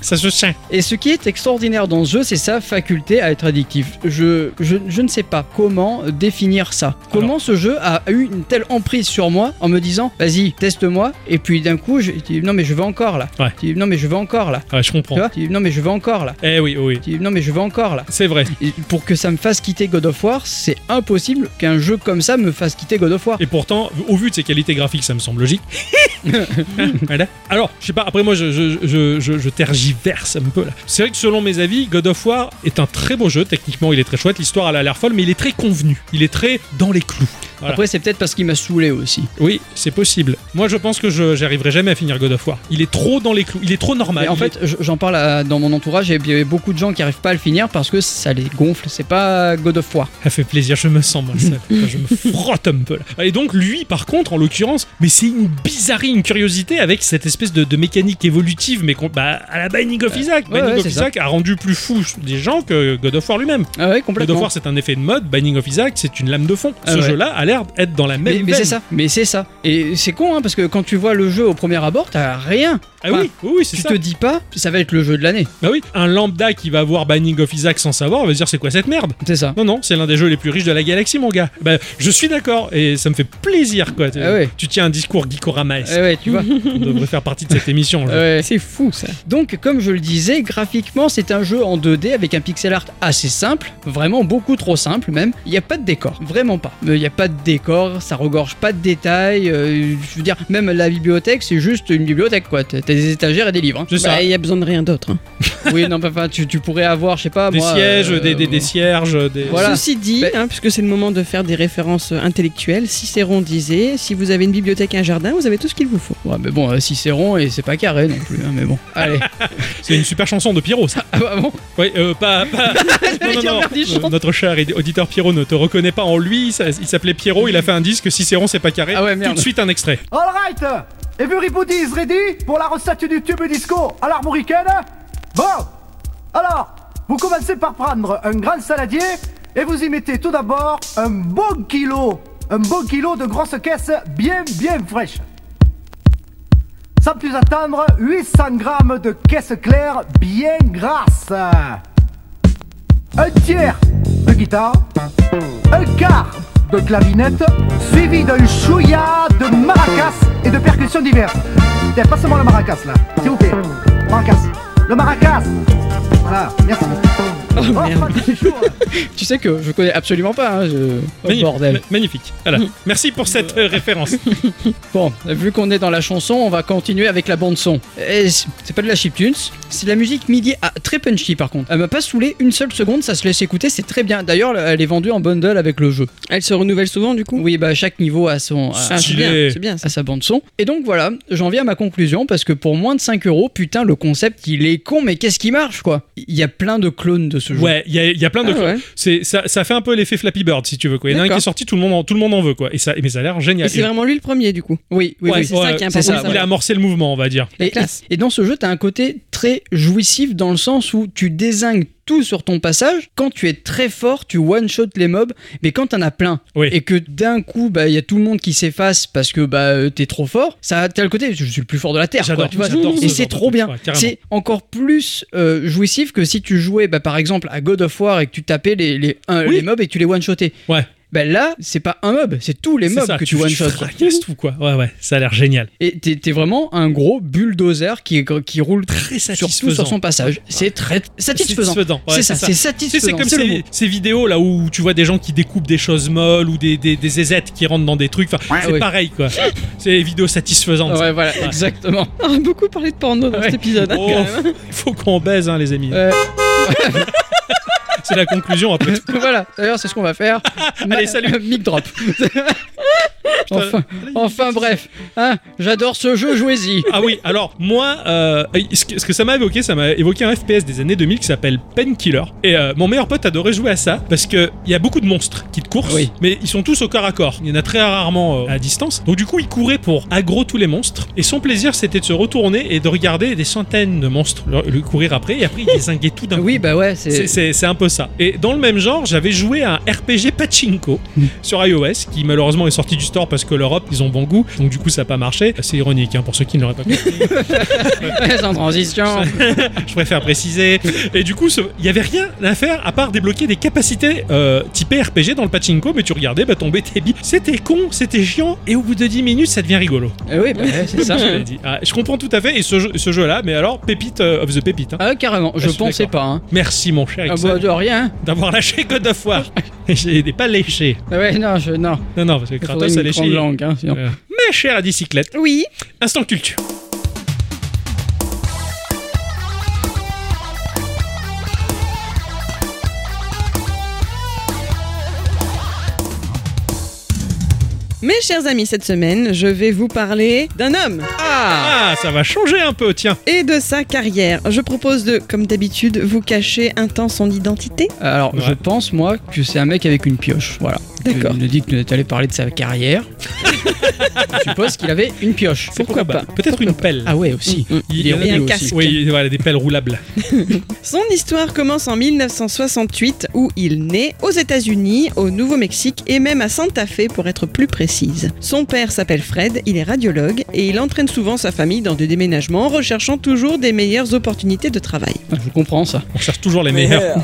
S1: Ça se tient.
S2: Et ce qui est extraordinaire dans ce jeu, c'est sa faculté à être addictif. Je, je, je ne sais pas comment définir ça. Comment ce jeu a eu une telle emprise sur moi en me disant, vas-y, teste-moi, et puis d'un coup, je dis, non mais je vais encore là.
S1: Ouais.
S2: Je dis, non mais je vais encore là.
S1: Ouais, je comprends.
S2: Tu vois Je dis, non mais je vais encore là.
S1: Eh oui, oui. oui.
S2: Je dis, non mais je vais encore là.
S1: C'est vrai.
S2: Et pour que ça me fasse quitter God of War, c'est impossible qu'un jeu comme ça me fasse quitter God of War.
S1: Et pourtant, au vu de ses qualités graphiques, ça me semble logique. Voilà. Alors, je sais pas, après moi, je, je, je, je- je tergiverse un peu là. C'est vrai que selon mes avis, God of War est un très beau jeu. Techniquement, il est très chouette. L'histoire, elle a l'air folle, mais il est très convenu. Il est très dans les clous. Voilà.
S2: Après, c'est peut-être parce qu'il m'a saoulé aussi.
S1: Oui, c'est possible. Moi, je pense que je j'arriverai jamais à finir God of War. Il est trop dans les clous. Il est trop normal.
S2: Mais en
S1: Il
S2: fait, j- j'en parle à- dans mon entourage et il y avait beaucoup de gens qui arrivent pas à le finir parce que ça les gonfle. C'est pas God of War.
S1: Ça fait plaisir, je me sens moi seul. Enfin, je me frotte un peu là. Et donc lui par contre en l'occurrence, mais c'est une bizarrerie, une curiosité avec cette espèce de, de mécanique évolutive mais qu'on- bah, à la Binding of Isaac.
S2: Euh, ouais,
S1: Binding
S2: ouais,
S1: of
S2: c'est
S1: Isaac a rendu plus fou des gens que God of War lui-même.
S2: Ah ouais,
S1: God
S2: complètement.
S1: of War c'est un effet de mode, Binding of Isaac c'est une lame de fond.
S2: Ah
S1: Ce
S2: ouais.
S1: jeu-là a l'air d'être dans la même
S2: mais mais c'est
S1: veine.
S2: ça, mais c'est ça. Et c'est con, hein, parce que quand tu vois le jeu au premier abord, t'as rien.
S1: Ah oui, oui, oui, c'est
S2: Tu
S1: ça.
S2: te dis pas, ça va être le jeu de l'année.
S1: Bah oui, un lambda qui va voir Binding of Isaac sans savoir va se dire c'est quoi cette merde.
S2: C'est ça.
S1: Non, non, c'est l'un des jeux les plus riches de la galaxie, mon gars. Bah, je suis d'accord et ça me fait plaisir, quoi.
S2: Ah ouais.
S1: Tu tiens un discours geekoramaesque.
S2: Eh ouais, tu vois.
S1: On devrait faire partie de cette émission. je-
S2: Ouais.
S3: C'est fou ça.
S2: Donc, comme je le disais, graphiquement, c'est un jeu en 2D avec un pixel art assez simple, vraiment beaucoup trop simple même. Il n'y a pas de décor, vraiment pas. Euh, Il n'y a pas de décor, ça regorge pas de détails. euh, je veux dire, même la bibliothèque, c'est juste une bibliothèque quoi. T'as t'as T'as des étagères et des livres. hein.
S1: C'est ça.
S3: Bah, Il y a besoin de rien d'autre. hein.
S2: oui, non, papa, tu, tu pourrais avoir, je sais pas,
S1: des
S2: moi.
S1: sièges,
S2: euh,
S1: des, des, des cierges, des.
S2: Voilà.
S3: Ceci dit,
S2: Ben-
S3: hein, puisque c'est le moment de faire des références euh, intellectuelles, Cicéron disait si vous avez une bibliothèque et un jardin, vous avez tout ce qu'il vous faut.
S2: Ouais, mais bon, euh, si c'est rond et c'est pas carré non plus, hein, mais bon. Allez.
S1: C'est une super chanson de Pierrot, ça.
S2: Ah bah bon
S1: Ouais, euh, pas. pas- Non, non, non.
S2: Regarde, il chante.
S1: Euh, Notre cher auditeur Pierrot ne te reconnaît pas en lui. ça- Il s'appelait Pierrot, il a fait un disque Cicéron, c'est pas carré.
S2: Ah ouais, merde.
S1: Tout de suite un extrait.
S7: All right Everybody is ready pour la recette du tube disco à l'armoricaine Bon Alors, vous commencez par prendre un grand saladier et vous y mettez tout d'abord un bon kilo, un bon kilo de grosses caisses bien bien fraîches. Sans plus attendre, 800 grammes de caisses claires bien grasses. Un tiers de guitare, un quart de clavinette, suivi d'un chouïa de maracas et de percussions diverses. Tiens, passe-moi le maracas là, s'il vous plaît. Maracas, le maracas Voilà, merci. Oh,
S3: merde.
S7: c'est chaud, hein.
S2: Tu sais que je connais absolument pas, hein, je... Oh,
S1: Magnifique.
S2: bordel.
S1: Ma- magnifique. Voilà. Merci pour cette euh, référence.
S2: Bon, vu qu'on est dans la chanson, on va continuer avec la bande son. Et c'est c'est pas de la chiptunes, c'est de la musique midi ah, très punchy par contre. Elle m'a pas saoulé une seule seconde, ça se laisse écouter, c'est très bien. D'ailleurs, elle est vendue en bundle avec le jeu.
S3: Elle se renouvelle souvent du coup
S2: Oui, bah chaque niveau a son a,
S3: Ah, C'est
S1: Stylé.
S3: bien, c'est bien ça.
S2: à sa bande son. Et donc voilà, j'en viens à ma conclusion parce que pour moins de 5 euros, putain, le concept il est con, mais qu'est-ce qui marche quoi Il y a plein de clones de ce jeu.
S1: Ouais, il y, a- il y a plein de.
S3: Ah ouais.
S1: C'est ça, ça fait un peu l'effet Flappy Bird si tu veux quoi. Il y en a un qui
S3: D'accord.
S1: est sorti, tout le monde en, tout le monde en veut quoi. Et ça, mais ça a l'air
S3: Et
S1: génial.
S3: c'est vraiment lui le premier du coup.
S2: Oui, oui,
S1: Ouais,
S2: oui.
S3: c'est ça qui est
S1: c'est
S3: important,
S1: ça.
S3: ça,
S1: Il
S3: ouais.
S1: a amorcé le mouvement, on va dire.
S2: Et,
S3: classe.
S2: et dans ce jeu, t'as un côté très jouissif dans le sens où tu désingues tout sur ton passage. Quand tu es très fort, tu one-shot les mobs, mais quand t'en as plein
S1: Oui.
S2: et que d'un coup, bah, il y a tout le monde qui s'efface parce que bah, euh, t'es trop fort, ça, t'as le côté, je suis le plus fort de la Terre.
S1: J'adore,
S2: quoi, tu vois.
S1: j'adore ce
S2: et
S1: genre
S2: c'est
S1: de
S2: trop
S1: truc,
S2: bien.
S1: ouais, carrément.
S2: c'est encore plus euh, jouissif que si tu jouais, bah, par exemple, à God of War et que tu tapais les, les, un-
S1: Oui.
S2: les mobs et que tu les one-shotais.
S1: Ouais.
S2: Bah, là, c'est pas un mob, c'est tous les
S1: C'est
S2: mobs
S1: ça,
S2: que tu, one-shots. quoi.
S1: fracasses tout quoi. Ouais ouais, ça a l'air génial.
S2: Et t'es t'es vraiment un gros bulldozer qui, qui roule surtout
S1: Très
S2: sur
S1: satisfaisant.
S2: son passage. C'est très satisfaisant.
S1: Satisfaisant, ouais,
S2: c'est ça, c'est
S1: c'est ça. Tu sais,
S2: satisfaisant.
S1: c'est comme
S2: c'est le
S1: ces,
S2: mot.
S1: ces vidéos là où tu vois des gens qui découpent des choses molles ou des, des, des aisettes qui rentrent dans des trucs. Enfin, c'est
S2: Ouais.
S1: pareil quoi. C'est des vidéos satisfaisantes.
S2: Ouais, voilà, exactement.
S3: On a beaucoup parlé de porno dans
S2: Ouais.
S3: cet épisode. hein,
S1: Oh,
S3: quand même.
S1: Il faut qu'on baise, hein, les amis.
S2: Euh,
S1: C'est la conclusion après tout.
S2: voilà, d'ailleurs, c'est ce qu'on va faire.
S1: Allez, salut.
S2: Mic drop. enfin, enfin, bref. Hein, J'adore ce jeu, jouez-y.
S1: Ah oui, alors moi, euh, ce, que, ce que ça m'a évoqué, ça m'a évoqué un FPS des années 2000 qui s'appelle Painkiller. Et euh, mon meilleur pote adorait jouer à ça parce que il y a beaucoup de monstres qui te courent,
S2: Oui.
S1: mais ils sont tous au corps à corps. Il y en a très rarement euh, à distance. Donc du coup, il courait pour aggro tous les monstres. Et son plaisir, c'était de se retourner et de regarder des centaines de monstres le, le courir après. Et après, il désinguait tout d'un coup.
S2: Oui, bah ouais,
S1: C'est-
S2: c'est.
S1: C'est c'est un peu ça. Et dans le même genre, j'avais joué à un RPG Pachinko sur iOS, qui malheureusement est sorti du store parce que l'Europe, ils ont bon goût, donc du coup ça n'a pas marché. C'est ironique, hein, pour ceux qui ne l'auraient pas compris,
S2: en transition.
S1: je préfère préciser. Et du coup, ce- il n'y avait rien à faire à part débloquer des capacités euh, typées RPG dans le Pachinko, mais tu regardais, bah, tomber tes billes. C'était con, c'était chiant, et au bout de 10 minutes, ça devient rigolo.
S2: Eh oui, bah ouais, c'est ça.
S1: Je l'ai dit. Ah, je comprends tout à fait, et ce, jeu- ce jeu-là, mais alors, pépite euh, of the pépite. hein.
S2: Ah, carrément, je
S1: je suis
S2: pensais pas. Hein.
S1: Merci mon cher
S2: Ah,
S1: Ixon,
S2: bah, de rien.
S1: d'avoir lâché God of War. Je n'ai pas léché.
S2: Ah Ouais, non, je. Non.
S1: Non, non, parce que
S2: Il
S1: Kratos
S2: faudrait
S1: a
S2: une
S1: léché.
S2: grande langue. Hein, sinon.
S1: Euh, ma chère à bicyclette,
S3: Oui,
S1: instant culture.
S3: mes chers amis, cette semaine, je vais vous parler d'un homme
S2: Ah
S1: Ah, ça va changer un peu, tiens.
S3: et de sa carrière. Je propose de, comme d'habitude, vous cacher un temps son identité.
S2: Euh, Alors,
S1: Ouais.
S2: je pense, moi, que c'est un mec avec une pioche. Voilà.
S3: D'accord.
S2: Tu nous dis que tu allais parler de sa carrière. je suppose qu'il avait une pioche.
S1: C'est
S3: Pourquoi
S1: probable.
S3: pas
S1: Peut-être une pelle.
S2: Ah ouais, aussi.
S3: Mm, mm.
S2: Il est
S1: y en a
S3: Et un
S2: roulé aussi.
S3: casque.
S1: Oui, voilà, des pelles roulables.
S3: Son histoire commence en 1968 où il naît aux États-Unis, au Nouveau-Mexique et même à Santa Fe pour être plus précise. Son père s'appelle Fred, il est radiologue et il entraîne souvent sa famille dans des déménagements recherchant toujours des meilleures opportunités de travail.
S2: Ah, Je comprends ça. euh,
S1: On cherche toujours les meilleurs.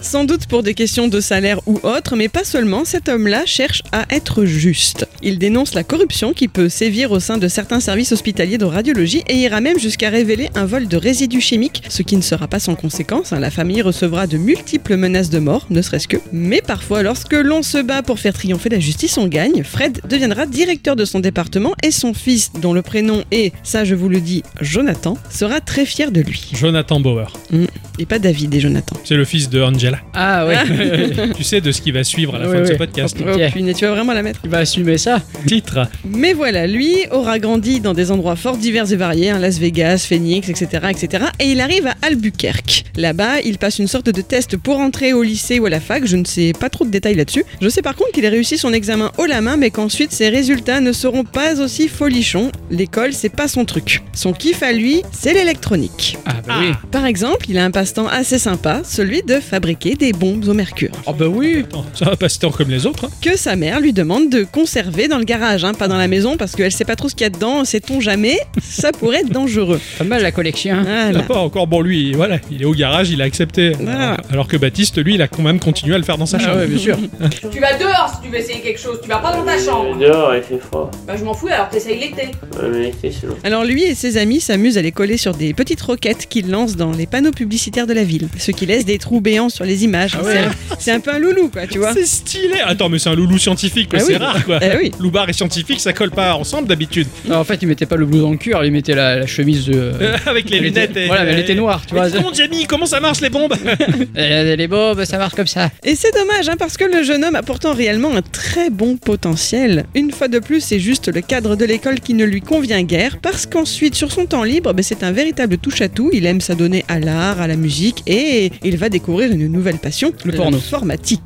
S3: Sans doute pour des questions de salaire ou autres, mais pas seulement, cet homme-là cherche à être juste. Il dénonce la corruption qui peut sévir au sein de certains services hospitaliers de radiologie et ira même jusqu'à révéler un vol de résidus chimiques, ce qui ne sera pas sans conséquence. hein. La famille recevra de multiples menaces de mort, ne serait-ce que. Mais parfois, lorsque l'on se bat pour faire triompher la justice, on gagne. Fred deviendra directeur de son département et son fils, dont le prénom est, ça je vous le dis, Jonathan, sera très fier de lui.
S1: Jonathan Bauer.
S3: Et pas David et Jonathan.
S1: C'est le fils de Angela.
S2: Ah ouais.
S1: tu sais de ce qui va suivre à la
S2: Oui,
S1: fin de ce
S2: oui.
S1: podcast.
S2: Ok.
S3: Oh, punaise, tu vas vraiment la mettre.
S2: Il va assumer ça.
S1: Titre.
S3: Mais voilà, lui aura grandi dans des endroits fort divers et variés, hein, Las Vegas, Phoenix, etc., etc. Et il arrive à Albuquerque. Là-bas, il passe une sorte de test pour entrer au lycée ou à la fac. Je ne sais pas trop de détails là-dessus. Je sais par contre qu'il a réussi son examen haut la main, mais qu'ensuite ses résultats ne seront pas aussi folichons. L'école, c'est pas son truc. Son kiff à lui, c'est l'électronique.
S2: Ah bah oui.
S3: Par exemple, il a un passe-temps assez sympa, celui de fabriquer des bombes au mercure
S2: Oh bah oui.
S1: Attends, ça va pas se tordre comme les autres. hein.
S3: que sa mère lui demande de conserver dans le garage, hein, pas dans la maison, parce qu'elle sait pas trop ce qu'il y a dedans, sait-on jamais, ça pourrait être dangereux.
S2: Pas mal la collection. hein.
S1: Il a
S3: Voilà.
S1: pas encore, bon lui, voilà, il est au garage, il a accepté.
S3: Voilà.
S1: Alors que Baptiste, lui, il a quand même continué à le faire dans sa
S2: Ah
S1: chambre.
S2: ouais, bien sûr.
S8: Tu vas dehors si tu veux essayer quelque chose, tu vas pas dans ta chambre.
S9: Mais dehors, il fait froid.
S8: Bah je m'en fous alors t'essayes l'été.
S9: Ouais, mais l'été, c'est long.
S3: Alors lui et ses amis s'amusent à les coller sur des petites roquettes qu'ils lancent dans les panneaux publicitaires de la ville, ce qui laisse des trous béants sur les images.
S2: Ah ouais.
S3: C'est un- C'est un, peu un loulou, quoi, tu vois.
S1: C'est stylé. Attends, mais c'est un loulou scientifique, quoi,
S3: Ah
S1: c'est
S3: oui.
S1: rare, quoi.
S3: Eh oui.
S1: Loubard et scientifique, ça colle pas ensemble d'habitude.
S2: Non, en fait, il mettait pas le blue dans le cœur, il mettait la, la chemise. euh,
S1: Euh, avec les
S2: elle était-
S1: lunettes. et-
S2: Voilà, mais elle était noire, tu vois.
S1: Mais dis donc, Jamie, comment ça marche les bombes
S2: Elle est bombes, ça marche comme ça.
S3: Et c'est dommage, hein, parce que le jeune homme a pourtant réellement un très bon potentiel. Une fois de plus, c'est juste le cadre de l'école qui ne lui convient guère, parce qu'ensuite, sur son temps libre, ben, c'est un véritable touche-à-tout. Il aime s'adonner à l'art, à la musique, et il va découvrir une nouvelle passion,
S2: Le porno.
S3: L'informatique.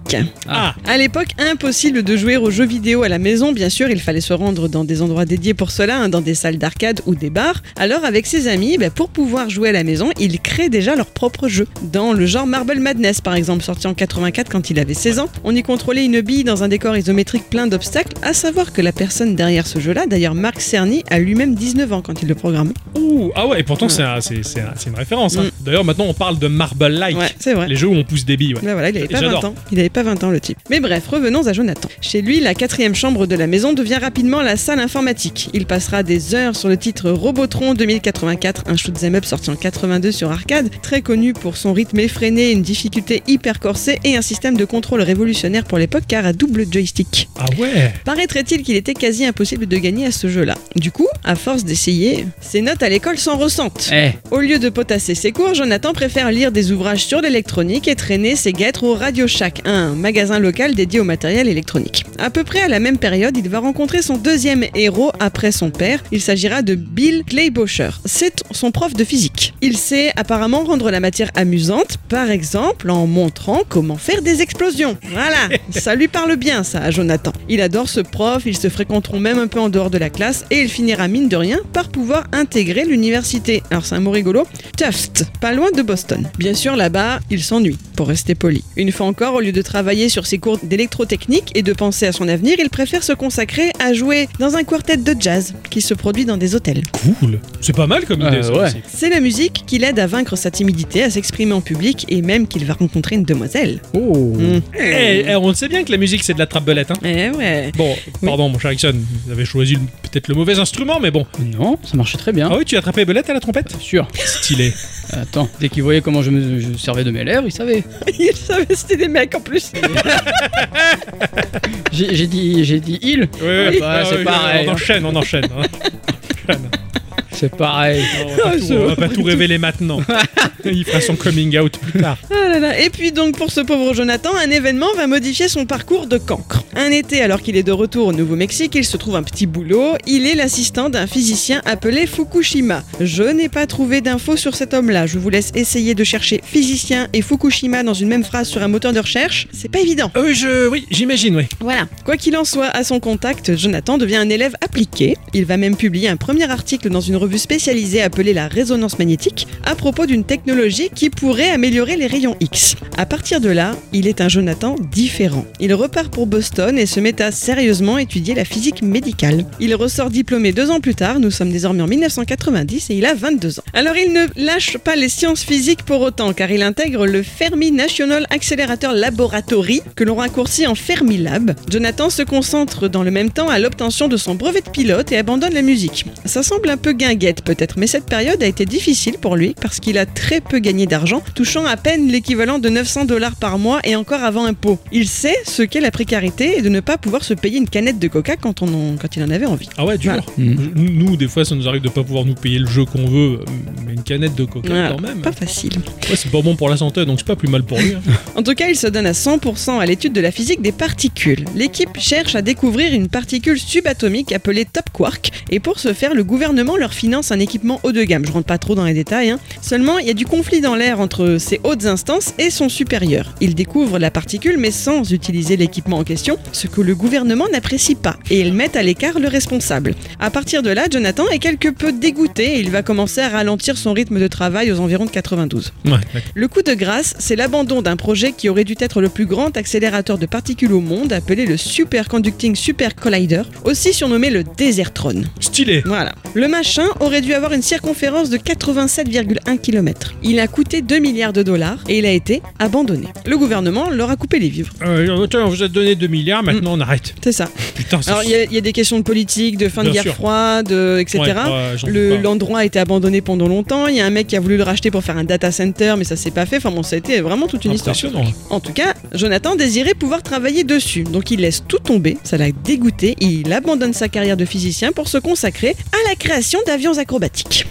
S1: Ah,
S3: À l'époque, impossible de jouer aux jeux vidéo à la maison, bien sûr, il fallait se rendre dans des endroits dédiés pour cela, hein, dans des salles d'arcade ou des bars. Alors, avec ses amis, bah, pour pouvoir jouer à la maison, ils créent déjà leurs propres jeux. Dans le genre Marble Madness, par exemple, sorti en 84 quand il avait 16 ans, on y contrôlait une bille dans un décor isométrique plein d'obstacles, à savoir que la personne derrière ce jeu-là, d'ailleurs Marc Cerny, a lui-même 19 ans quand il le programme.
S1: ouh, ah ouais, et pourtant c'est un- c'est c'est un- c'est une référence. hein.
S2: Mm.
S1: D'ailleurs, maintenant on parle de Marble Like,
S3: Ouais, c'est vrai.
S1: les jeux où on pousse des billes. ouais.
S3: Bah voilà, il avait
S1: Et
S3: pas
S1: j'adore.
S3: 20 ans. Il avait pas 20 ans le type. Mais bref, revenons à Jonathan. Chez lui, la quatrième chambre de la maison devient rapidement la salle informatique. Il passera des heures sur le titre Robotron 2084, un shoot'em up sorti en 82 sur arcade, très connu pour son rythme effréné, une difficulté hyper corsée et un système de contrôle révolutionnaire pour l'époque car à double joystick.
S1: Ah ouais,
S3: Paraîtrait-il qu'il était quasi impossible de gagner à ce jeu-là. Du coup, à force d'essayer, ses notes à l'école s'en ressentent.
S2: Eh,
S3: Au lieu de potasser ses cours, Jonathan préfère lire des ouvrages sur l'électronique et traîner ses guêtres au Radio Shack, un magasin local dédié au matériel électronique. À peu près à la même période, il va rencontrer son deuxième héros après son père. Il s'agira de Bill Claybosher. C'est son prof de physique. Il sait apparemment rendre la matière amusante, par exemple en montrant comment faire des explosions. Voilà, ça lui parle bien ça à Jonathan. Il adore ce prof, ils se fréquenteront même un peu en dehors de la classe et il finira mine de rien par pouvoir intégrer l'université. Alors c'est un mot rigolo, Tufts, pas loin de Boston. Bien sûr, là-bas, il s'ennuie, pour rester poli. Une fois encore, au lieu de travailler sur ses cours d'électrotechnique et de penser à son avenir, il préfère se consacrer à jouer dans un quartet de jazz qui se produit dans des hôtels.
S1: cool. C'est pas mal comme idée.
S2: Euh,
S1: ça,
S2: ouais.
S1: aussi.
S3: C'est la musique qui l'aide à vaincre sa timidité, à s'exprimer en public et même qu'il va rencontrer une demoiselle.
S2: oh.
S3: Mm.
S1: Eh, eh, on le sait bien que la musique c'est de la trappelette. Hein.
S3: Eh ouais.
S1: Bon, pardon, mon cher Ixon, vous avez choisi le- peut-être le mauvais instrument, mais bon.
S2: Non, ça marchait très bien.
S1: Ah oui, tu as attrapé Belette à la trompette
S2: Sûr.
S1: Stylé.
S2: Attends, dès qu'il voyait comment je me je servais de mes lèvres, il savait.
S3: il savait que c'était des mecs en plus.
S2: J'ai j'ai dit, j'ai dit il.
S1: Oui, oui, Ah
S2: bah, c'est
S1: oui,
S2: pareil.
S1: On enchaîne, on enchaîne. hein.
S2: C'est pareil.
S1: On va pas
S3: Ah,
S1: tout-
S3: c'est
S1: on va
S3: vrai.
S1: pas tout révéler maintenant. Il fera son coming out plus tard.
S3: Ah là là. Et puis donc pour ce pauvre Jonathan, un événement va modifier son parcours de cancre. Un été, alors qu'il est de retour au Nouveau-Mexique, il se trouve un petit boulot. Il est l'assistant d'un physicien appelé Fukushima. Je n'ai pas trouvé d'infos sur cet homme-là. Je vous laisse essayer de chercher physicien et Fukushima dans une même phrase sur un moteur de recherche. C'est pas évident.
S1: Euh, je, oui, j'imagine, oui.
S3: Voilà. Quoi qu'il en soit, à son contact, Jonathan devient un élève appliqué. Il va même publier un premier article dans une revue revue spécialisée appelée la résonance magnétique à propos d'une technologie qui pourrait améliorer les rayons X. À partir de là, il est un Jonathan différent. Il repart pour Boston et se met à sérieusement étudier la physique médicale. Il ressort diplômé deux ans plus tard, nous sommes désormais en 1990 et il a 22 ans. Alors il ne lâche pas les sciences physiques pour autant car il intègre le Fermi National Accelerator Laboratory que l'on raccourcit en Fermi Lab. Jonathan se concentre dans le même temps à l'obtention de son brevet de pilote et abandonne la musique. Ça semble un peu guinguette peut-être, mais cette période a été difficile pour lui parce qu'il a très peu gagné d'argent, touchant à peine l'équivalent de 900 dollars par mois et encore avant impôt. Il sait ce qu'est la précarité et de ne pas pouvoir se payer une canette de coca quand, on en- quand il en avait envie.
S1: Ah ouais, dur.
S3: Voilà.
S1: Nous- Nous, des fois, ça nous arrive de pas pouvoir nous payer le jeu qu'on veut, euh, mais une canette de coca
S3: Voilà.
S1: quand même.
S3: Pas facile.
S1: Ouais, c'est pas bon pour la santé, donc c'est pas plus mal pour lui. hein.
S3: En tout cas, il se donne à 100% à l'étude de la physique des particules. L'équipe cherche à découvrir une particule subatomique appelée Top Quark, et pour ce faire, le gouvernement leur finance un équipement haut de gamme. Je rentre pas trop dans les détails. hein. Seulement, il y a du conflit dans l'air entre ces hautes instances et son supérieur. Il découvre la particule, mais sans utiliser l'équipement en question, ce que le gouvernement n'apprécie pas, et ils mettent à l'écart le responsable. À partir de là, Jonathan est quelque peu dégoûté et il va commencer à ralentir son rythme de travail aux environs de 92.
S1: Ouais, d'accord.
S3: Le coup de grâce, c'est l'abandon d'un projet qui aurait dû être le plus grand accélérateur de particules au monde, appelé le Superconducting Super Collider, aussi surnommé le Desertron.
S1: Stylé.
S3: Voilà. Le machin aurait dû avoir une circonférence de 87,1 km. Il a coûté 2 milliards de dollars et il a été abandonné. Le gouvernement leur a coupé les vivres.
S1: Euh, tiens, on vous a donné 2 milliards, maintenant on arrête.
S3: C'est ça.
S1: Putain, c'est
S3: Alors il y, a- il y a des questions de politique, de fin de
S1: Bien
S3: guerre
S1: sûr.
S3: froide, euh, etc.
S1: Ouais, ouais, j'en doute
S3: Le-
S1: pas.
S3: L'endroit a été abandonné pendant longtemps. Il y a un mec qui a voulu le racheter pour faire un data center, mais ça s'est pas fait. Enfin bon, ça a été vraiment toute une histoire.
S1: Impressionnant.
S3: En tout cas, Jonathan désirait pouvoir travailler dessus, donc il laisse tout tomber, ça l'a dégoûté, et il abandonne sa carrière de physicien pour se consacrer à la création d'avions acrobatiques.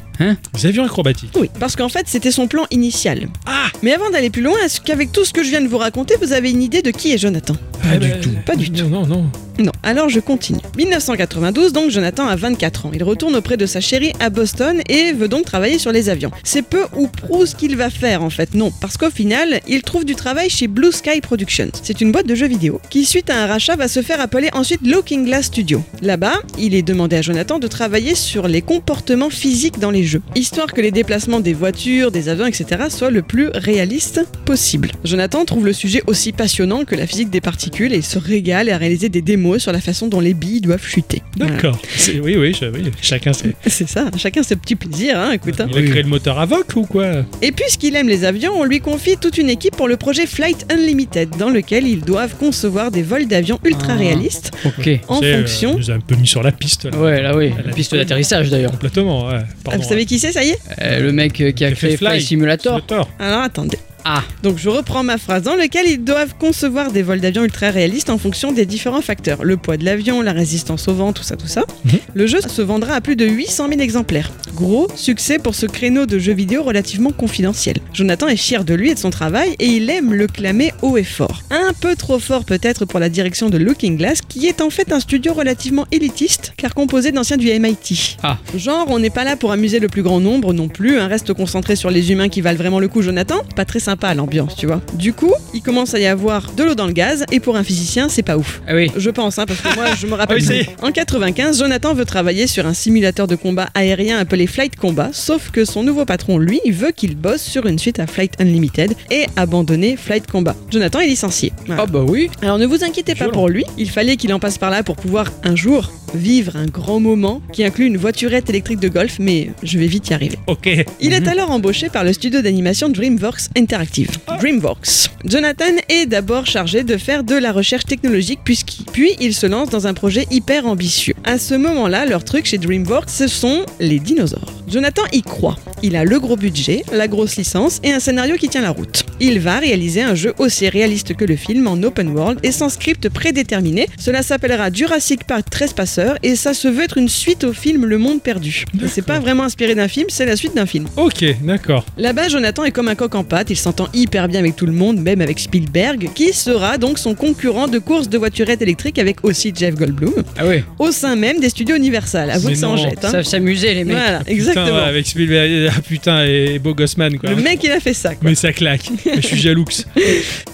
S1: Des avions acrobatiques.
S3: Oui, parce qu'en fait, c'était son plan initial.
S1: Ah
S3: Mais avant d'aller plus loin, est-ce qu'avec tout ce que je viens de vous raconter, vous avez une idée de qui est Jonathan
S1: Pas Ah, du tout.
S3: eh ben, Pas du tout. Hmm.
S1: Non, non, non.
S3: Non, alors je continue. 1992, donc Jonathan a 24 ans. Il retourne auprès de sa chérie à Boston et veut donc travailler sur les avions. C'est peu ou prou ce qu'il va faire en fait, non, parce qu'au final, il trouve du travail chez Blue Sky Productions. C'est une boîte de jeux vidéo qui, suite à un rachat, va se faire appeler ensuite Looking Glass Studio. Là-bas, il est demandé à Jonathan de travailler sur les comportements physiques dans les jeux, histoire que les déplacements des voitures, des avions, etc. soient le plus réaliste possible. Jonathan trouve le sujet aussi passionnant que la physique des particules et il se régale à réaliser des démos sur la façon dont les billes doivent chuter. Voilà.
S1: D'accord. C'est- Oui, oui, je- oui, chacun sait.
S3: C'est ça, chacun ses petits plaisirs, hein, écoute. hein.
S1: Il a créé le moteur Avoc ou quoi
S3: Et puisqu'il aime les avions, on lui confie toute une équipe pour le projet Flight Unlimited, dans lequel ils doivent concevoir des vols d'avions ultra
S2: Ah.
S3: réalistes
S2: Ok.
S3: en
S1: C'est, euh,
S3: fonction.
S1: il nous a un peu mis sur la piste, là.
S2: Ouais, là oui.
S1: Elle a
S2: Piste
S1: dit-
S2: d'atterrissage d'ailleurs.
S1: Complètement, ouais.
S3: Ah,
S1: Pardon, hein.
S3: vous savez qui c'est, ça y est
S2: Euh, le mec euh, qui a
S1: Qui a fait
S2: créé
S1: Fly.
S2: Fly Simulator.
S1: Moteur.
S3: Alors attendez.
S2: Ah.
S3: Donc je reprends ma phrase dans laquelle ils doivent concevoir des vols d'avion ultra réalistes en fonction des différents facteurs. Le poids de l'avion, la résistance au vent, tout ça, tout ça.
S1: Mhm.
S3: Le jeu se vendra à plus de 800 000 exemplaires. Gros succès pour ce créneau de jeux vidéo relativement confidentiel. Jonathan est fier de lui et de son travail et il aime le clamer haut et fort. Un peu trop fort peut-être pour la direction de Looking Glass qui est en fait un studio relativement élitiste car composé d'anciens du MIT. Genre, on n'est pas là pour amuser le plus grand nombre non plus, hein, reste concentré sur les humains qui valent vraiment le coup, Jonathan. Pas très sympa l'ambiance, tu vois. Du coup, il commence à y avoir de l'eau dans le gaz, et pour un physicien, c'est pas ouf.
S2: Ah oui.
S3: Je pense, hein, parce que moi, je me rappelle.
S1: Ah oui,
S3: plus.
S1: ça y est.
S3: En 95, Jonathan veut travailler sur un simulateur de combat aérien appelé Flight Combat, sauf que son nouveau patron, lui, veut qu'il bosse sur une suite à Flight Unlimited et abandonner Flight Combat. Jonathan est licencié. Voilà.
S2: Ah bah oui.
S3: Alors ne vous inquiétez pas
S1: Violent.
S3: pour lui, il fallait qu'il en passe par là pour pouvoir un jour vivre un grand moment qui inclut une voiturette électrique de golf, mais je vais vite y arriver.
S1: Ok.
S3: Il est alors embauché par le studio d'animation DreamWorks Interactive. DreamWorks. Jonathan est d'abord chargé de faire de la recherche technologique puisqu'il- puis il se lance dans un projet hyper ambitieux. À ce moment-là, leur truc chez DreamWorks, ce sont les dinosaures. Jonathan y croit. Il a le gros budget, la grosse licence et un scénario qui tient la route. Il va réaliser un jeu aussi réaliste que le film en open world et sans script prédéterminé. Cela s'appellera Jurassic Park 13 passeurs et ça se veut être une suite au film Le Monde Perdu. Et C'est pas vraiment inspiré d'un film, c'est la suite d'un film.
S1: Ok, d'accord.
S3: Là-bas, Jonathan est comme un coq en pâte, il s'entend hyper bien avec tout le monde, même avec Spielberg, qui sera donc son concurrent de course de voiturette électrique avec aussi Jeff Goldblum,
S2: Ah oui.
S3: au sein même des studios Universal. À vous
S1: Mais
S3: que ça en
S1: non,
S3: jette. hein.
S2: Ils savent s'amuser les mecs.
S3: Voilà,
S1: putain, ouais, avec Spielberg, ah, putain, et Beau Gossman, quoi.
S3: Le mec, il a fait ça, quoi.
S1: Mais ça claque. Mais je suis jaloux.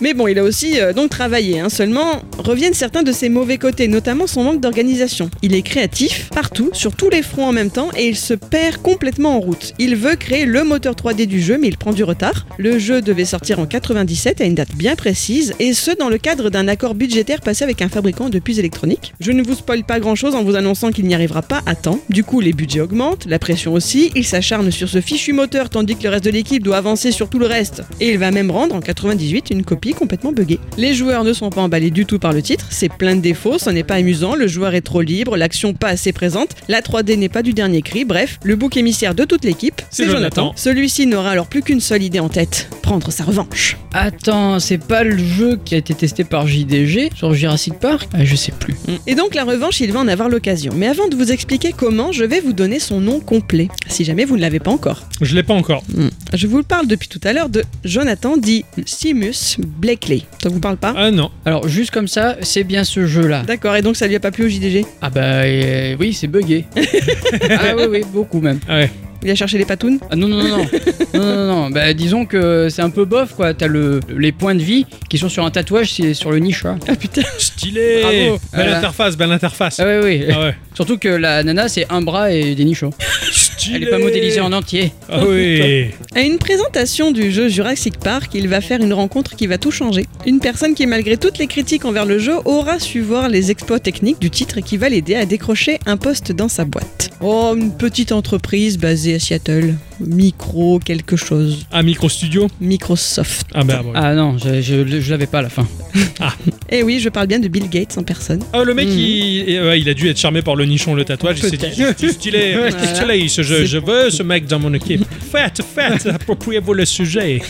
S3: Mais bon, il a aussi euh, donc travaillé. hein. Seulement, reviennent certains de ses mauvais côtés, notamment son manque d'organisation. Il est créatif, partout, sur tous les fronts en même temps, et il se perd complètement en route. Il veut créer le moteur 3D du jeu, mais il prend du retard. Le jeu devait sortir en 97 à une date bien précise, et ce, dans le cadre d'un accord budgétaire passé avec un fabricant de puces électroniques. Je ne vous spoil pas grand-chose en vous annonçant qu'il n'y arrivera pas à temps. Du coup, les budgets augmentent, la pression aussi, il s'acharne sur ce fichu moteur tandis que le reste de l'équipe doit avancer sur tout le reste. Et il va même rendre en 98 une copie complètement buggée. Les joueurs ne sont pas emballés du tout par le titre, c'est plein de défauts, ça n'est pas amusant, le joueur est trop libre, l'action pas assez présente, la 3D n'est pas du dernier cri, bref, le bouc émissaire de toute l'équipe,
S1: C'est
S3: c'est
S1: Jonathan.
S3: Jonathan. Celui-ci n'aura alors plus qu'une seule idée en tête, prendre sa revanche.
S2: Attends, c'est pas le jeu qui a été testé par JDG sur Jurassic Park ah, Je sais plus.
S3: Et donc la revanche, il va en avoir l'occasion. Mais avant de vous expliquer comment, je vais vous donner son nom complet, si jamais vous ne l'avez pas encore.
S1: Je l'ai pas encore.
S3: Je vous parle depuis tout à l'heure de Jonathan dit Simus Blakely. Ça vous parle pas
S1: Ah non.
S2: Alors, juste comme ça, c'est bien ce jeu-là.
S3: D'accord, et donc ça lui a pas plu au JDG
S2: Ah bah euh, oui, c'est buggé. ah oui, oui, beaucoup même.
S1: Ah ouais.
S3: Il a cherché les patounes
S2: Ah non, non, non, non. non, non, non. Bah, disons que c'est un peu bof, quoi. T'as le, les points de vie qui sont sur un tatouage, c'est sur le niche. hein.
S3: Ah putain
S1: Stylé.
S2: Bravo.
S1: Belle
S2: Voilà.
S1: interface, belle interface.
S2: Ah oui, oui.
S1: Ah ouais.
S2: Surtout que la nana, c'est un bras et des nichons.
S1: Stylé.
S2: Elle est pas modélisée en entier.
S1: Ah oui.
S3: À une présentation du jeu Jurassic Park, il va faire une rencontre qui va tout changer. Une personne qui, malgré toutes les critiques envers le jeu, aura su voir les exploits techniques du titre et qui va l'aider à décrocher un poste dans sa boîte. Oh, une petite entreprise basée à Seattle. Micro quelque chose.
S1: Ah, micro studio.
S3: Microsoft.
S1: Ah bah. bon. Ah.
S2: Ah non, je, je- je l'avais pas à la fin.
S3: Eh oui, je parle bien de Bill Gates en personne.
S1: Ah, le mec, il, et ouais, il a dû être charmé par le nichon, le tatouage. Il s'est dit, c'est stylé,
S3: Ouais.
S1: c'est stylé. ce- Je, je veux ce mec dans mon équipe. Faites, faites, appropriez-vous le sujet.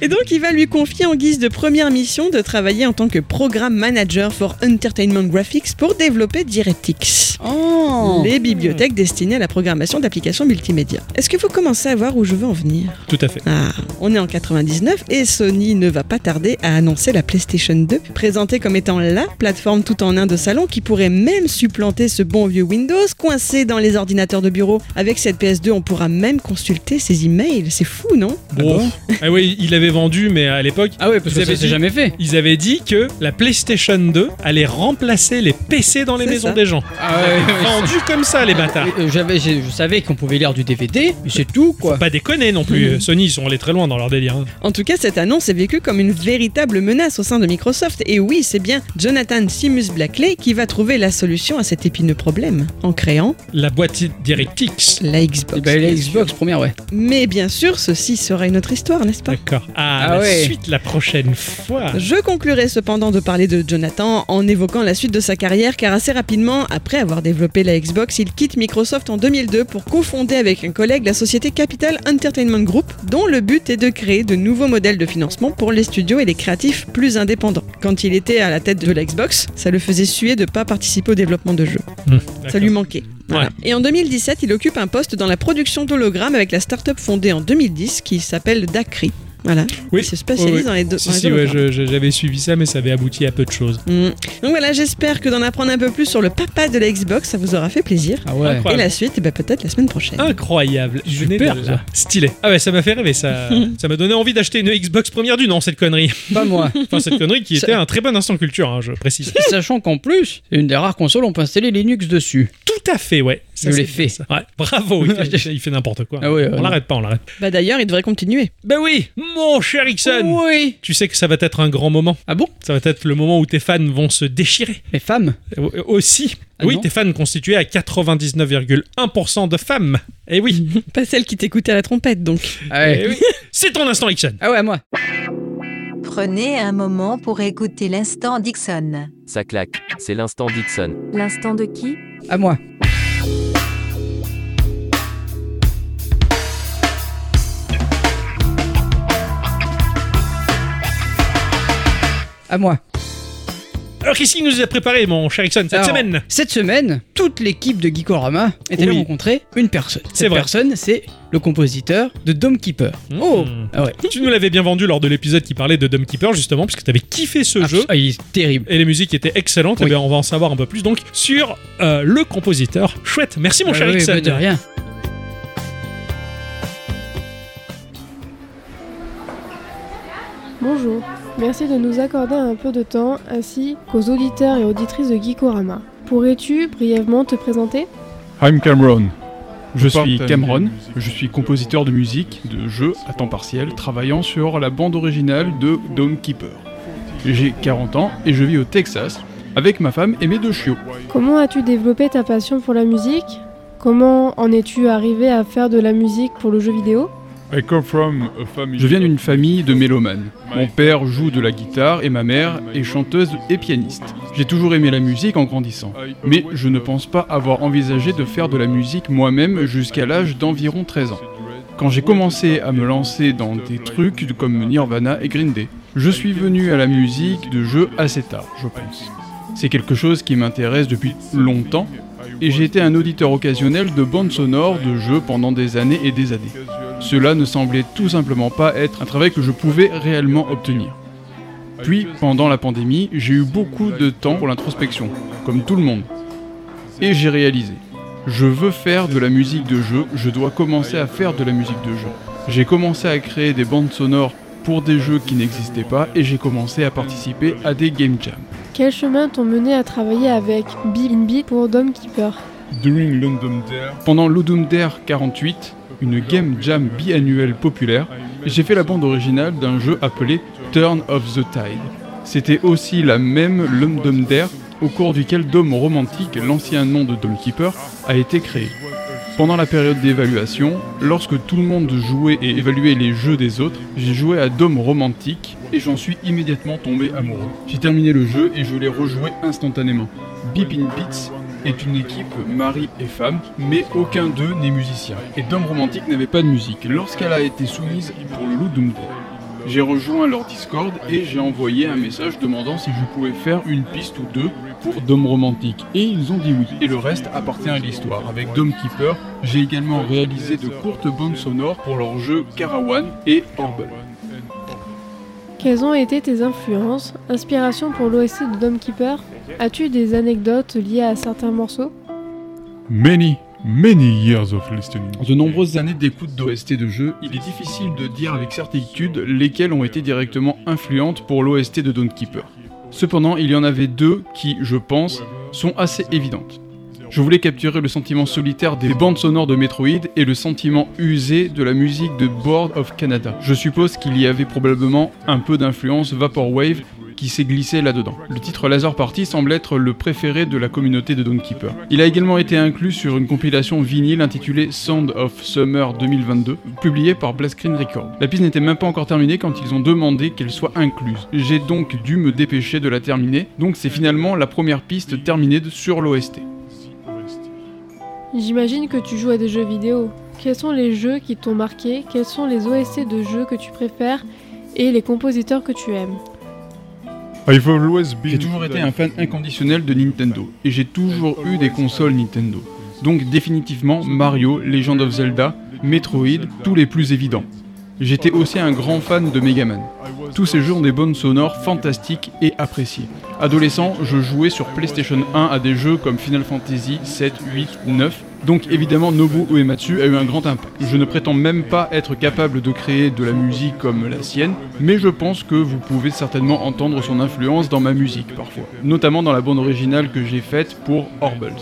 S3: Et donc, il va lui confier en guise de première mission de travailler en tant que programme manager for Entertainment Graphics pour développer DirectX,
S2: Oh
S3: les bibliothèques destinées à la programmation d'applications multimédia. Est-ce que vous commencez à voir où je veux en venir
S1: Tout à fait.
S3: ah, on est en 99 et Sony ne va pas tarder à annoncer la PlayStation 2, présentée comme étant la plateforme tout en un de salon qui pourrait même supplanter ce bon vieux Windows coincé dans les ordinateurs de bureau. Avec cette PS2, on pourra même consulter ses emails. C'est fou, non
S1: Bon. Ah oui, il avait vendu, mais à l'époque,
S2: Ah ouais, parce
S1: Vous
S2: que ça
S1: avez
S2: s'est
S1: dit-
S2: jamais fait.
S1: ils avaient dit que la PlayStation 2 allait remplacer les PC dans les
S3: C'est
S1: maisons
S3: ça.
S1: des gens.
S2: Ah ouais, ouais, ouais.
S1: Vendu comme ça, les bâtards.
S2: Euh, J'avais, je, je savais qu'on pouvait lire du DVD, mais c'est tout quoi.
S1: Pas déconner non plus. euh, Sony, ils sont allés très loin dans leur délire. hein.
S3: En tout cas, cette annonce est vécue comme une véritable menace au sein de Microsoft. Et oui, c'est bien Jonathan Simus Blackley qui va trouver la solution à cet épineux problème en créant
S1: La boîte DirectX.
S3: la Xbox.
S2: Et bah, la Xbox première, ouais.
S3: Mais bien sûr, ceci sera une autre histoire, n'est-ce pas
S1: D'accord. Ah,
S2: Ah
S1: la
S2: ouais.
S1: suite la prochaine fois.
S3: Je conclurai cependant de parler de Jonathan en évoquant la suite de sa carrière car assez rapidement, après avoir développé la Xbox, il quitte Microsoft en 2002 pour cofonder avec un collègue la société Capital Entertainment Group dont le but est de créer de nouveaux modèles de financement pour les studios et les créatifs plus indépendants. Quand il était à la tête de la Xbox, ça le faisait suer de ne pas participer au développement de jeux. Ça
S1: D'accord.
S3: lui manquait. Voilà.
S1: Ouais.
S3: Et en 2017, il occupe un poste dans la production d'hologrammes avec la start-up fondée en 2010 qui s'appelle Dacry. Voilà.
S1: Oui.
S3: Il se spécialise
S1: Oui, oui.
S3: dans les
S2: Euh,
S3: deux.
S1: Si, si, ouais, je- je- j'avais suivi ça, mais ça avait abouti à peu de choses.
S3: Mm. Donc voilà, j'espère que d'en apprendre un peu plus sur le papa de la Xbox, ça vous aura fait plaisir.
S2: Ah ouais.
S1: Incroyable.
S3: Et la suite, eh ben, peut-être la semaine prochaine.
S1: Ah. Incroyable. Je venais
S2: Super,
S1: de
S2: ça.
S1: là. Stylé. Ah ouais, ça m'a fait rêver. Ça Ça m'a donné envie d'acheter une Xbox première du nom, cette connerie.
S2: Pas moi.
S1: Enfin, cette connerie qui
S2: Ça-
S1: était un très bon instant culture, hein, je précise.
S2: Sachant qu'en plus, c'est une des rares consoles où on peut installer Linux dessus.
S1: Tout à fait, ouais. Ça,
S2: Je
S1: c'est
S2: l'ai fait.
S1: bien, ça. Ouais, bravo, il fait, il fait n'importe quoi.
S2: Ah oui,
S1: on
S2: euh,
S1: l'arrête pas, on l'arrête.
S3: Bah d'ailleurs, il devrait continuer.
S1: Ben oui, mon cher Ixon
S2: Oui.
S1: Tu sais que ça va être un grand moment.
S2: Ah bon
S1: Ça va être le moment où tes fans vont se déchirer.
S2: Les femmes
S1: Euh, euh, Aussi.
S2: Ah
S1: oui,
S2: non
S1: tes fans constitués à 99,1% de femmes. Eh oui.
S3: Pas celle qui t'écoutait à la trompette, donc.
S2: Ah ouais.
S1: Eh oui. C'est ton instant, Ixon.
S2: Ah ouais, moi.
S10: Prenez un moment pour écouter l'instant Dixon.
S11: Ça claque, c'est l'instant Dixon.
S10: L'instant de qui
S2: À moi. À moi.
S1: Alors, qu'est-ce qu'il nous a préparé, mon cher Ixon, cette
S2: Alors,
S1: semaine
S2: Cette semaine, toute l'équipe de Geekorama est allée
S1: Oui.
S2: rencontrer une personne.
S1: C'est
S2: Cette
S1: vrai.
S2: personne, c'est le compositeur de Dome Keeper.
S1: Oh
S2: Ah ouais.
S1: Tu nous l'avais bien vendu lors de l'épisode qui parlait de Dumb Keeper, justement, puisque t'avais kiffé ce
S2: Ah,
S1: jeu.
S2: ah, il est terrible.
S1: Et les musiques étaient excellentes.
S2: Oui.
S1: Et bien, on va en savoir un peu plus donc sur euh, le compositeur. Chouette. Merci, mon
S2: Ah
S1: cher
S2: oui,
S1: Ixon.
S2: bah, de rien.
S12: Bonjour, merci de nous accorder un peu de temps ainsi qu'aux auditeurs et auditrices de Geekorama. Pourrais-tu brièvement te présenter
S13: I'm Cameron. Je
S14: Porte
S13: suis
S14: à
S13: Cameron,
S14: la musique.
S13: je suis compositeur de musique, de jeux à temps partiel, travaillant sur la bande originale de Dome Keeper. J'ai 40 ans et je vis au Texas avec ma femme et mes deux chiots.
S12: Comment as-tu développé ta passion pour la musique Comment en es-tu arrivé à faire de la musique pour le jeu vidéo
S13: Je viens d'une famille de mélomanes. Mon père joue de la guitare et ma mère est chanteuse et pianiste. J'ai toujours aimé la musique en grandissant, mais je ne pense pas avoir envisagé de faire de la musique moi-même jusqu'à l'âge d'environ 13 ans. Quand j'ai commencé à me lancer dans des trucs comme Nirvana et Green Day, je suis venu à la musique de jeu assez tard, je pense. C'est quelque chose qui m'intéresse depuis longtemps et j'ai été un auditeur occasionnel de bandes sonores de jeux pendant des années et des années. Cela ne semblait tout simplement pas être un travail que je pouvais réellement obtenir. Puis, pendant la pandémie, j'ai eu beaucoup de temps pour l'introspection, comme tout le monde. Et j'ai réalisé, je veux faire de la musique de jeu, je dois commencer à faire de la musique de jeu. J'ai commencé à créer des bandes sonores pour des jeux qui n'existaient pas et j'ai commencé à participer à des game jams.
S12: Quel chemin t'ont mené à travailler avec B&B pour Dome Keeper
S13: Pendant l'Odum Dare 48, une game jam biannuelle populaire, j'ai fait la bande originale d'un jeu appelé Turn of the Tide. C'était aussi la même Lundum Dare au cours duquel Dome Romantique, l'ancien nom de Dome Keeper, a été créé. Pendant la période d'évaluation, lorsque tout le monde jouait et évaluait les jeux des autres, j'ai joué à Dome Romantique et j'en suis immédiatement tombé amoureux. J'ai terminé le jeu et je l'ai rejoué instantanément. Beep in Beats est une équipe mari et femme, mais aucun d'eux n'est musicien. Et Dom Romantique n'avait pas de musique lorsqu'elle a été soumise pour le loup Doom Day. J'ai rejoint leur Discord et j'ai envoyé un message demandant si je pouvais faire une piste ou deux pour Dom Romantique. Et ils ont dit oui. Et le reste appartient à l'histoire. Avec Dom Keeper, j'ai également réalisé de courtes bandes sonores pour leurs jeux Carawan et Orban.
S12: Quelles ont été tes influences, inspirations pour l'OSC de Dome Keeper As-tu des anecdotes liées à certains morceaux
S13: Many, many years of listening. De nombreuses années d'écoute d'OST de jeux, il est difficile de dire avec certitude lesquelles ont été directement influentes pour l'OST de Dawn Keeper. Cependant, il y en avait deux qui, je pense, sont assez évidentes. Je voulais capturer le sentiment solitaire des bandes sonores de Metroid et le sentiment usé de la musique de Board of Canada. Je suppose qu'il y avait probablement un peu d'influence Vaporwave qui s'est glissé là-dedans. Le titre Laser Party semble être le préféré de la communauté de Dawn Keeper. Il a également été inclus sur une compilation vinyle intitulée Sound of Summer 2022, publiée par Blast Screen Records. La piste n'était même pas encore terminée quand ils ont demandé qu'elle soit incluse. J'ai donc dû me dépêcher de la terminer, donc c'est finalement la première piste terminée de- sur l'OST.
S12: J'imagine que tu joues à des jeux vidéo. Quels sont les jeux qui t'ont marqué Quels sont les OSC de jeux que tu préfères et les compositeurs que tu aimes
S13: J'ai toujours été un fan inconditionnel de Nintendo et j'ai toujours eu des consoles Nintendo. Donc définitivement Mario, Legend of Zelda, Metroid, tous les plus évidents. J'étais aussi un grand fan de Mega Man. Tous ces jeux ont des bonnes sonores fantastiques et appréciées. Adolescent, je jouais sur PlayStation 1 à des jeux comme Final Fantasy 7, 8, 9. Donc évidemment Nobu Uematsu a eu un grand impact. Je ne prétends même pas être capable de créer de la musique comme la sienne, mais je pense que vous pouvez certainement entendre son influence dans ma musique parfois, notamment dans la bande originale que j'ai faite pour Orbles.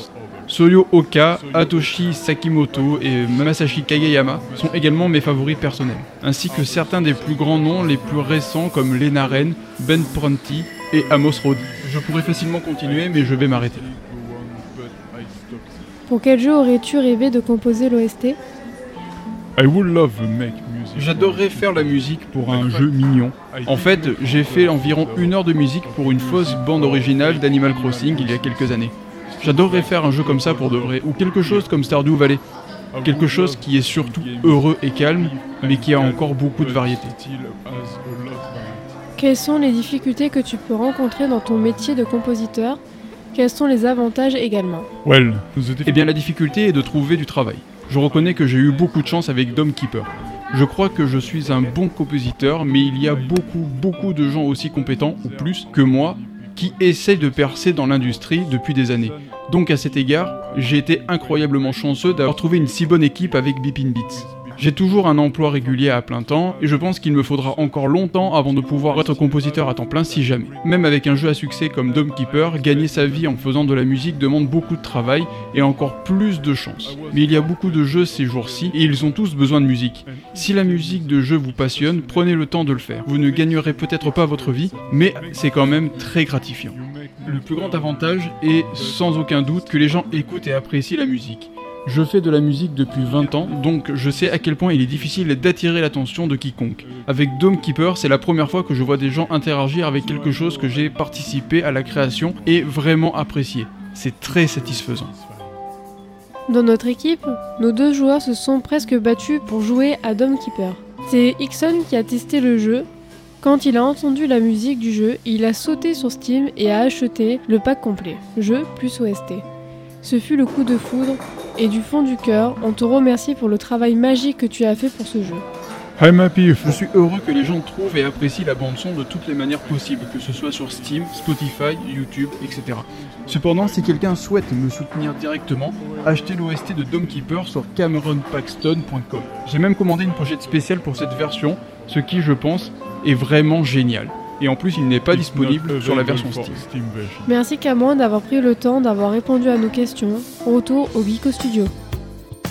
S13: Soyo Oka, Hatoshi Sakimoto et Masashi Kageyama sont également mes favoris personnels, ainsi que certains des plus grands noms les plus récents comme Lena Ren, Ben Pronti et Amos Rod. Je pourrais facilement continuer, mais je vais m'arrêter.
S12: Pour quel jeu aurais-tu rêvé de composer l'OST
S13: J'adorerais faire la musique pour un jeu mignon. En fait, j'ai fait environ une heure de musique pour une fausse bande originale d'Animal Crossing il y a quelques années. J'adorerais faire un jeu comme ça pour de vrai, ou quelque chose comme Stardew Valley. Quelque chose qui est surtout heureux et calme, mais qui a encore beaucoup de variété.
S12: Quelles sont les difficultés que tu peux rencontrer dans ton métier de compositeur Quels sont les avantages également
S13: Eh bien, la difficulté est de trouver du travail. Je reconnais que j'ai eu beaucoup de chance avec Dome Keeper. Je crois que je suis un bon compositeur, mais il y a beaucoup, beaucoup de gens aussi compétents, ou plus, que moi, qui essaient de percer dans l'industrie depuis des années. Donc à cet égard, j'ai été incroyablement chanceux d'avoir trouvé une si bonne équipe avec Bipin Beats. J'ai toujours un emploi régulier à plein temps, et je pense qu'il me faudra encore longtemps avant de pouvoir être compositeur à temps plein si jamais. Même avec un jeu à succès comme Dome Keeper, gagner sa vie en faisant de la musique demande beaucoup de travail et encore plus de chance. Mais il y a beaucoup de jeux ces jours-ci, et ils ont tous besoin de musique. Si la musique de jeu vous passionne, prenez le temps de le faire. Vous ne gagnerez peut-être pas votre vie, mais c'est quand même très gratifiant. Le plus grand avantage est sans aucun doute que les gens écoutent et apprécient la musique. Je fais de la musique depuis 20 ans, donc je sais à quel point il est difficile d'attirer l'attention de quiconque. Avec Dome Keeper, c'est la première fois que je vois des gens interagir avec quelque chose que j'ai participé à la création et vraiment apprécié. C'est très satisfaisant.
S12: Dans notre équipe, nos deux joueurs se sont presque battus pour jouer à Dome Keeper. C'est Ixon qui a testé le jeu. Quand il a entendu la musique du jeu, il a sauté sur Steam et a acheté le pack complet, jeu plus OST. Ce fut le coup de foudre et du fond du cœur, on te remercie pour le travail magique que tu as fait pour ce jeu.
S13: I'm happy. Je suis heureux que les gens trouvent et apprécient la bande-son de toutes les manières possibles, que ce soit sur Steam, Spotify, YouTube, etc. Cependant, si quelqu'un souhaite me soutenir directement, achetez l'OST de Dome Keeper sur cameronpaxton.com. J'ai même commandé une pochette spéciale pour cette version, ce qui, je pense, est vraiment génial. Et en plus, il n'est pas disponible sur la version Steam.
S12: Merci Cameron d'avoir pris le temps d'avoir répondu à nos questions. Retour au Geeko Studio.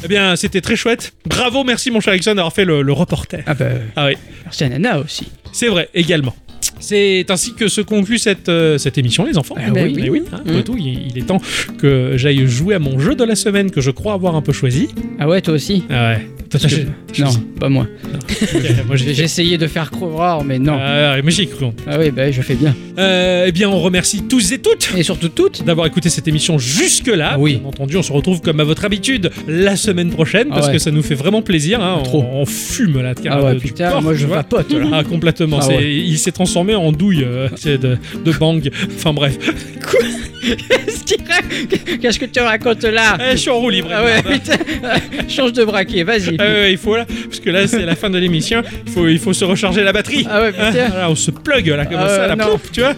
S1: Eh bien, c'était très chouette. Bravo, merci mon cher Ericsson d'avoir fait le, le reporter.
S2: Ah bah,
S1: Ah oui,
S2: merci à Nana aussi.
S1: c'est vrai, également. C'est ainsi que se conclut cette, euh, cette émission, les enfants.
S2: Eh ben oui.
S1: Eh hein, après
S2: Mm.
S1: tout, il, il est temps que j'aille jouer à mon jeu de la semaine que je crois avoir un peu choisi.
S2: Ah ouais, toi aussi
S1: Ah ouais. Toi,
S2: Parce que-
S1: je-
S2: Non, pas moi.
S1: Ok, moi, j'ai-
S2: J'ai essayé de faire croire, mais non.
S1: Ah, mais j'y ai cru. en tout cas.
S2: Ah oui, bah je fais bien.
S1: Euh, eh bien, on remercie tous et toutes
S2: Et surtout toutes
S1: d'avoir écouté cette émission jusque-là.
S2: Ah oui.
S1: Bien entendu, on se retrouve comme à votre habitude la semaine prochaine
S2: Ah
S1: parce
S2: ouais.
S1: que ça nous fait vraiment plaisir. hein.
S2: Trop.
S1: On, on fume là, car
S2: Ah ouais,
S1: du
S2: putain,
S1: corps,
S2: moi je
S1: tu vois.
S2: vapote là.
S1: Ah, complètement.
S2: Ah
S1: c'est-
S2: ouais.
S1: Il s'est transformé en douille euh, c'est de, de bang. Enfin bref.
S2: Qu'est-ce qu'il rac- Qu'est-ce que tu racontes là
S1: Eh, je suis en roue libre.
S2: Ah ouais, putain Change de braquet, vas-y.
S1: Ah ouais, il faut là, parce que là c'est la fin de l'émission, il faut, il faut se recharger la batterie.
S2: Ah ouais,
S1: Hein,
S2: putain.
S1: voilà, on se plug là comme
S2: Ah
S1: ça,
S2: ouais,
S1: la
S2: non.
S1: pompe, tu vois,
S2: non,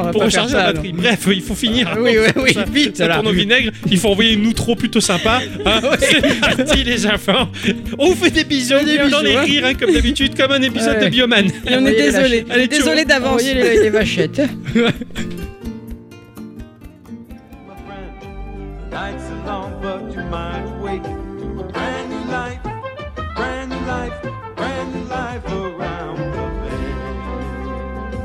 S2: on va
S1: pour
S2: pas
S1: recharger
S2: faire ça, Ah
S1: la batterie. Bref, il faut finir.
S2: Oui, oui, oui,
S1: Ça-
S2: vite
S1: Ça
S2: là.
S1: tourne au vinaigre, il faut envoyer une outro plutôt sympa. hein. C'est parti les enfants. On vous fait des bisous,
S2: Des
S1: bien dans
S2: bisous,
S1: les
S2: hein.
S1: rires hein, comme d'habitude, comme un épisode
S2: Ouais.
S1: de Bioman.
S3: Et on est
S2: Envoyez les
S3: désolé.
S1: Allez, ciao.
S3: Désolé d'avance.
S2: Envoyez les, les vachettes.
S14: Nights are long, but your mind's waking to a brand new life, brand new life, brand new life around the bend.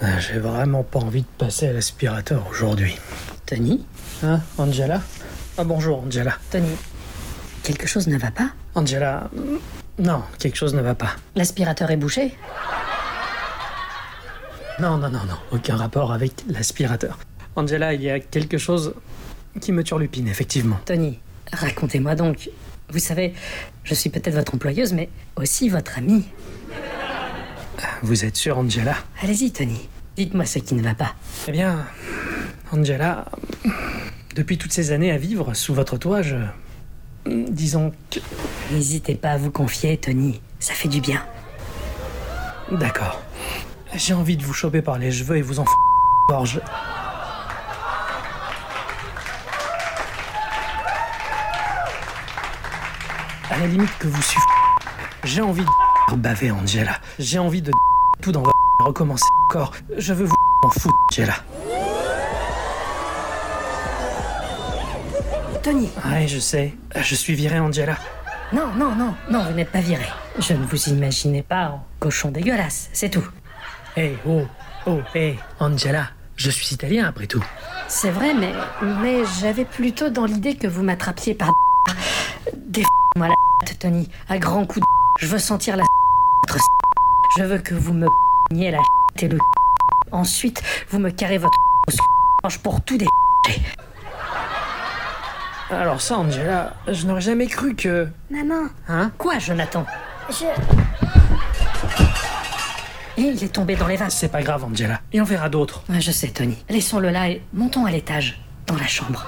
S15: Ah, J'ai vraiment pas envie de passer à l'aspirateur aujourd'hui. Tani Hein Angela Ah bonjour Angela. Tani. Quelque chose ne va pas Angela. Non, quelque chose ne va pas.
S16: L'aspirateur est bouché
S15: Non, non, non, non. Aucun rapport avec l'aspirateur. Angela, il y a quelque chose qui me turlupine, effectivement.
S16: Tony, racontez-moi donc. Vous savez, je suis peut-être votre employeuse, mais aussi votre amie.
S15: Euh, Vous êtes sûre, Angela
S16: Allez-y, Tony. Dites-moi ce qui ne va pas.
S15: Eh bien, Angela, depuis toutes ces années à vivre sous votre toit, je. Disons que.
S16: N'hésitez pas à vous confier, Tony. Ça fait du bien.
S15: D'accord. J'ai envie de vous choper par les cheveux et vous en f... gorge. À la limite que vous suffisez. J'ai envie de baver Angela. J'ai envie de tout dans votre recommencer encore. Je veux vous en foutre, Angela.
S16: Tony
S15: Ouais, je sais. Je suis viré, Angela.
S16: Non, non, non, non, vous n'êtes pas viré. Je ne vous imaginais pas en cochon dégueulasse, c'est tout.
S15: Hé, oh, oh, hé, Angela. Je suis italien après tout.
S16: C'est vrai, mais, mais j'avais plutôt dans l'idée que vous m'attrapiez par des moi la Tony, à grands coups de Je veux sentir la votre Je veux que vous me niez la et le Ensuite, vous me carrez votre manche pour tout des
S15: Alors ça, Angela, je n'aurais jamais cru que...
S16: Maman
S15: Hein
S16: Quoi, Jonathan
S15: Je...
S16: Il est tombé dans les vases.
S15: C'est pas grave, Angela. Il en verra d'autres.
S16: Ouais, je sais, Tony. Laissons-le là et montons à l'étage, dans la chambre.